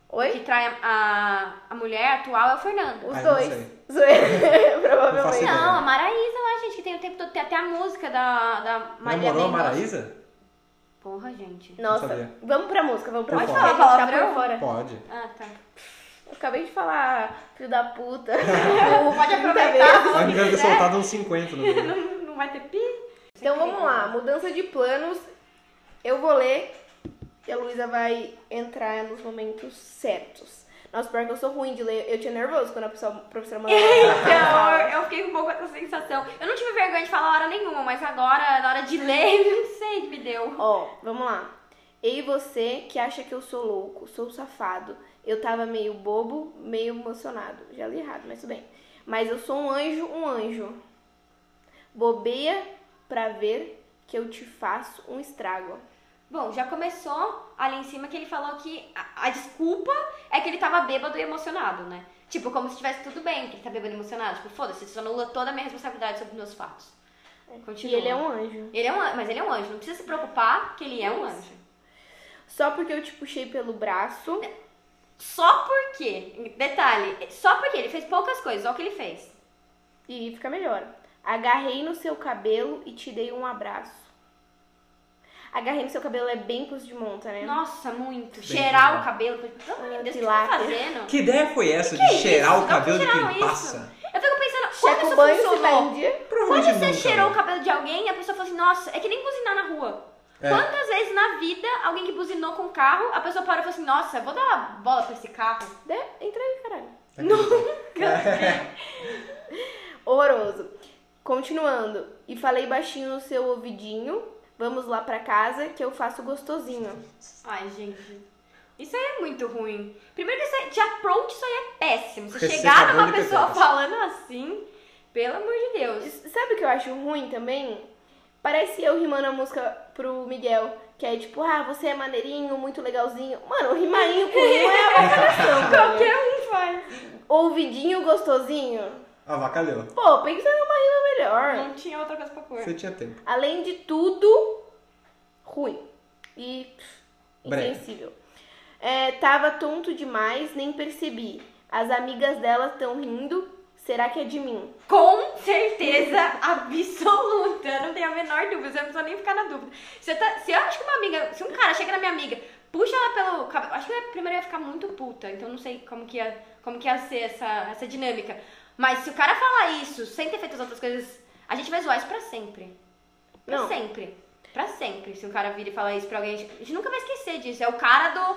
O
Oi?
que trai a, a, a mulher atual é o Fernando.
Os
Ah, eu não sei.
dois. Zoeira, provavelmente.
ideia.
Não, a Maraísa lá, gente, que tem o tempo todo. Tem até a música da, da
Namorou
Maria
a
Mendonça.
Maraísa?
Porra, gente.
Nossa,
sabia.
vamos pra música, vamos pra
Pode
música.
falar
a gente tá
palavrão?
por fora.
Pode.
Ah, tá.
Eu acabei de falar, filho da puta. tá
Pode
aproveitar.
Ela devia
é.
ter soltado uns 50 no meio.
Não, não vai ter pi?
Então vamos lá, mudança de planos. Eu vou ler e a Luísa vai entrar nos momentos certos. Nossa, pior que eu sou ruim de ler. Eu tinha nervoso quando a pessoa- a professora
Então,
mandava.
eu- eu fiquei com um pouco essa sensação. Eu não tive vergonha de falar hora nenhuma, mas agora, na hora de ler, não sei que me deu.
Ó, vamos lá. Ei você que acha que eu sou louco, sou safado. Eu tava meio bobo, meio emocionado. Já li errado, mas tudo bem. Mas eu sou um anjo, um anjo. Bobeia pra ver que eu te faço um estrago.
Bom, já começou ali em cima que ele falou que a, a desculpa é que ele tava bêbado e emocionado, né? Tipo, como se estivesse tudo bem, que ele tá bêbado e emocionado. Tipo, foda-se, isso anula toda a minha responsabilidade sobre meus fatos. Continua.
E ele é um anjo.
Ele é um an- mas ele é um anjo, não precisa se preocupar que ele é um anjo.
Só porque eu te puxei pelo braço.
Só porque, detalhe, só porque ele fez poucas coisas, olha o que ele fez.
E fica melhor. Agarrei no seu cabelo e te dei um abraço. Agarrei no seu cabelo é bem pros de monta, né?
Nossa, muito.
Bem
Cheirar
legal.
o cabelo. Pelo amor de Deus, o que você tá
tilápia.
fazendo?
Que ideia foi essa de
Que
cheirar
isso?
o
Dá pra
cabelo de
cheirar
quem
isso?
passa?
Eu fico pensando,
Checa
quando
o
isso
banho se tá em
funcionou?
dia.
Quando
Provavelmente
você
nunca,
cheirou o
né?
cabelo de alguém, a pessoa falou assim, nossa, é que nem buzinar na rua.
É.
Quantas vezes na vida alguém que buzinou com o carro, a pessoa parou e falou assim, nossa, vou dar uma bola pra esse carro.
Né? Entra aí, caralho.
Nunca.
Horroroso. Continuando. E falei baixinho no seu ouvidinho. Vamos lá pra casa que eu faço gostosinho.
Ai, gente. Isso aí é muito ruim. Primeiro que isso aí, de approach, isso aí é péssimo. Você
Ressecador
chegar numa
de
pessoa
pepetas.
falando assim, pelo amor de Deus.
S- Sabe o que eu acho ruim também? Parece eu rimando a música pro Miguel, que é tipo, ah, você é maneirinho, muito legalzinho. Mano, rimarinho com rima é a vacinação. velho.
Qualquer um faz.
Ouvidinho gostosinho.
Avacalhou.
Pô, pensa numa rima melhor.
Não tinha outra coisa pra pôr.
Você tinha tempo.
Além de tudo, ruim. E pff,
Brega.
insensível. É, tava tonto demais, nem percebi. As amigas dela tão rindo. Será que é de mim?
Com certeza absoluta, eu não tenho a menor dúvida, você não precisa nem ficar na dúvida. Você tá, se eu acho que uma amiga, se um cara chega na minha amiga, puxa ela pelo cabelo, acho que eu primeiro ia ficar muito puta, então não sei como que ia, como que ia ser essa, essa dinâmica. Mas se o cara falar isso sem ter feito as outras coisas, a gente vai zoar isso pra sempre. Pra
Não.
sempre. Pra sempre. Se um cara vir e falar isso pra alguém, a gente, a gente nunca vai esquecer disso. É o cara do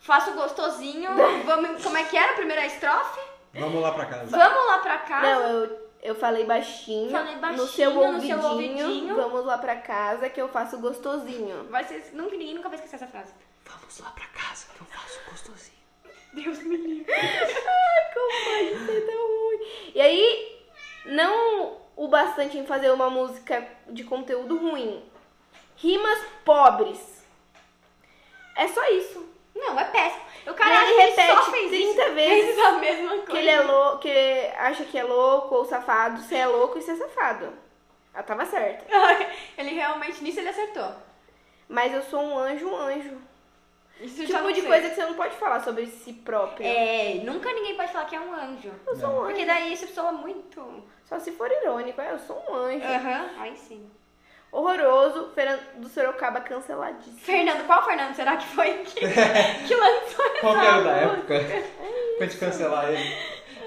faço gostosinho, vamos, como é que era a primeira estrofe?
Vamos lá pra casa.
Vamos lá pra casa.
Não, eu, eu falei baixinho.
Falei baixinho
no seu
no
ouvidinho.
seu ouvidinho.
Vamos lá pra casa que eu faço gostosinho.
Vai ser, nunca, ninguém nunca vai esquecer essa frase.
Vamos lá pra casa que eu faço gostosinho.
Deus me livre.
E aí, não o bastante em fazer uma música de conteúdo ruim. Rimas pobres. É só isso.
Não, é péssimo. O
E
cara
ele
acha que ele
repete
só fez
30
isso.
vezes
Fez a mesma coisa.
Que ele é louco, que acha que é louco ou safado. Você é louco e você é safado. Ela tava certa.
Ele realmente, nisso ele acertou.
Mas eu sou um anjo, um anjo.
Isso eu já
tipo
não
de
sei.
coisa que você não pode falar sobre si próprio.
É, nunca ninguém pode falar que é um anjo.
Eu sou um anjo.
Porque daí isso soa muito.
Só se for irônico, é, eu sou um anjo.
Aham, aí sim.
Horroroso, Fernando do Sorocaba canceladíssimo.
Fernando, qual Fernando será que foi que, que lançou essa
Qual que era da
música?
época? Pra te cancelar ele.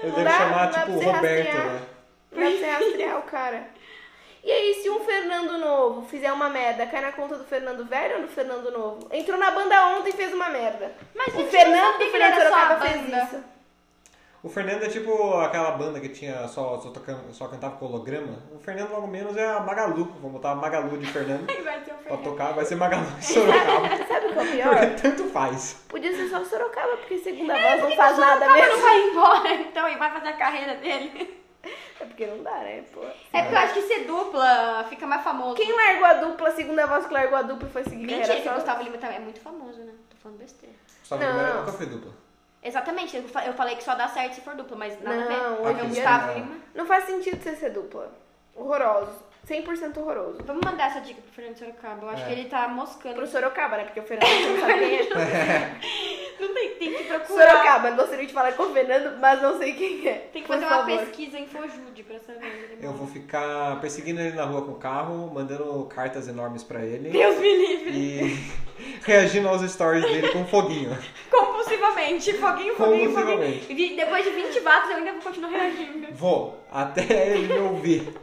Eu
é Não
devo
dá-
chamar,
não dá
tipo,
pra você
Roberto,
rastrear.
né?
Não dá pra você rastrear o cara. E aí, se um Fernando novo fizer uma merda, cai na conta do Fernando velho ou do Fernando novo? Entrou na banda ontem e fez uma merda.
Mas
O
gente, eu
Fernando
sabia
do
que ele
Fernando
era só a
Sorocaba fez
banda.
isso.
O Fernando é tipo aquela banda que tinha só, só, tocando, só cantava com holograma. O Fernando, logo menos, é a Magalu. Vamos botar a Magalu de Fernando
Ai, vai ser o
pra
Fernando.
tocar. Vai ser Magalu de Sorocaba.
Sabe o que é o pior?
Porque tanto faz.
Podia ser só Sorocaba, porque segunda voz não faz nada
Sorocaba não
mesmo.
vai embora, então, e vai fazer a carreira dele.
É porque não dá, né? Pô.
É porque eu acho que ser dupla fica mais famoso.
Quem largou a dupla, a segunda voz que largou a dupla e foi seguir
Mentira, que o
carreira só...
Gustavo Lima também é muito famoso, né? Tô falando besteira.
Só que
Não.
agora nunca foi dupla.
Exatamente, eu fa- eu falei que só dá certo se for duplo, mas nada a ver.
Não,
Porque
hoje
o
em
Gustavo
dia não.
Lima.
Não faz sentido você ser dupla. Horroroso. 100% horroroso.
Vamos mandar essa dica pro Fernando Sorocaba. Eu acho
É.
que ele tá moscando.
Pro Sorocaba, né? Porque o Fernando não sabe quem é.
Não tem, tem que procurar.
Sorocaba, gostaria de falar com o Fernando, mas não sei quem é.
Tem que
Por
fazer uma
favor.
pesquisa em Fojude pra saber.
Eu vou ficar perseguindo ele na rua com o carro, mandando cartas enormes pra ele
Deus me livre.
e reagindo aos stories dele com foguinho.
Compulsivamente. Foguinho, foguinho,
Compulsivamente.
foguinho. E de- depois de 20 watts eu ainda vou continuar reagindo.
Vou, até ele me ouvir.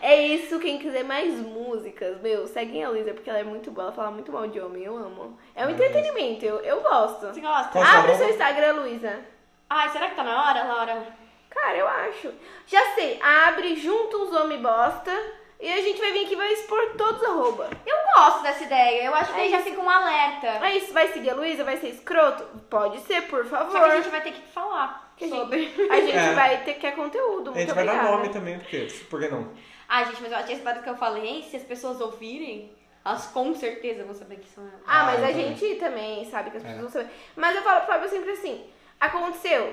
É isso, quem quiser mais músicas, meu, seguem a Luísa, porque ela é muito boa, ela fala muito mal de homem, eu amo. É um entretenimento, eu, eu gosto.
Você gosta?
Qual- Posso
Abre
arroba?
seu Instagram, Luísa.
Assim, Ah, Ai, será que tá na hora, Laura?
Cara, eu acho. Já sei, abre junto os homem bosta e a gente vai vir aqui e vai expor todos arroba.
Eu gosto dessa ideia. Eu acho que
É
daí já fica um alerta.
É isso, vai seguir a Luísa, vai ser escroto? Pode ser, por favor.
Só que a gente vai ter que falar
Que a gente-
sobre.
a gente
É.
vai ter que é conteúdo,
A
muito
gente vai dar
obrigada.
nome também, porque por que não?
Ai, gente, mas eu acho que esse barulho que eu falei, se as pessoas ouvirem, elas com certeza vão saber que são elas.
Ah, mas
Ah,
a
eu também.
gente também sabe que as
É.
pessoas vão saber. Mas eu falo pro Fábio sempre assim: aconteceu.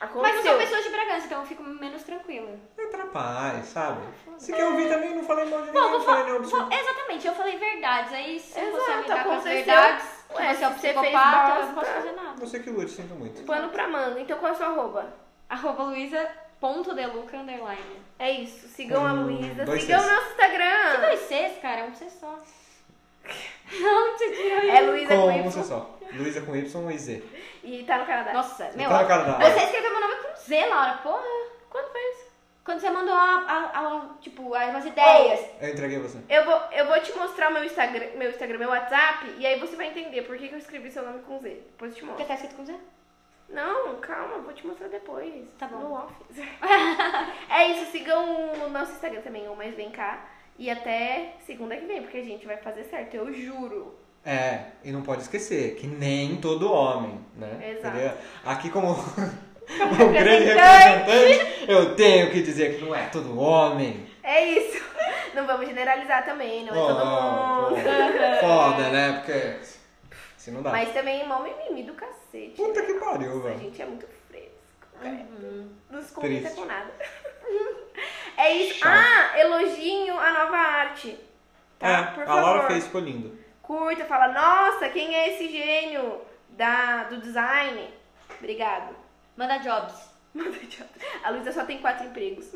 Aconteceu.
Mas não são pessoas de Bragança, então eu fico menos tranquila.
Não atrapalha, sabe? Se quer ouvir também, não falei mal de ninguém,
Não,
não
vou
falei
falar.
nenhum absurdo.
vou- Então, exatamente, eu falei verdades. Aí se você
Exato,
me dá com as
aconteceu.
verdades,
Ué,
que você é um
se você fez
psicopata, eu
bosta.
não posso fazer nada.
Você que lute, sinto muito.
Pano pra mano. Então qual é a sua arroba?
Arroba luísa.deluca, underline.
É isso. Sigam a
Hum,
Luísa.
dois
Sigam o
Cs.
nosso Instagram.
Dois Cs, cara, é um C só. Não, você tirou
É
isso.
Luísa
Com
com
um
Y.
você só. Luísa com Y e Z.
E tá no Canadá.
Nossa, meu.
Tá na cara da Laura.
Você escreveu meu nome com Z, Laura, porra. Quando foi isso? Quando você mandou a, a- a- tipo, as ideias.
Eu entreguei você.
Eu vou, eu vou te mostrar o meu Instagram, meu Instagram, meu WhatsApp, e aí você vai entender por que, que eu escrevi seu nome com Z. Depois eu te
Porque
mostro.
tá escrito com Z?
Não, calma, vou te mostrar depois.
Tá bom.
No office. é isso, sigam o nosso Instagram também, o Mais Vem Cá. E até segunda que vem, porque a gente vai fazer certo, eu juro.
É, e não pode esquecer que nem todo homem, né?
Exato.
Aqui como,
Como
o grande
representante.
representante, eu tenho que dizer que não é todo homem.
É isso. Não vamos generalizar também, não é todo
Oh,
mundo.
pô, Foda, né? Porque se não dá.
Mas também é mó mimimi do cacete.
Puta
né?
que pariu,
Nossa, A
velho.
gente é muito fresco, cara.
Uhum.
Não
Triste.
se comunica com nada. É isso.
Chato.
Ah, elogiem a nova arte. Tá?
É,
Por
a
favor.
Laura fez, ficou lindo.
Curta, fala, nossa, quem é esse gênio da, do design? Obrigado.
Manda jobs.
Manda tchau. A Luísa só tem quatro empregos.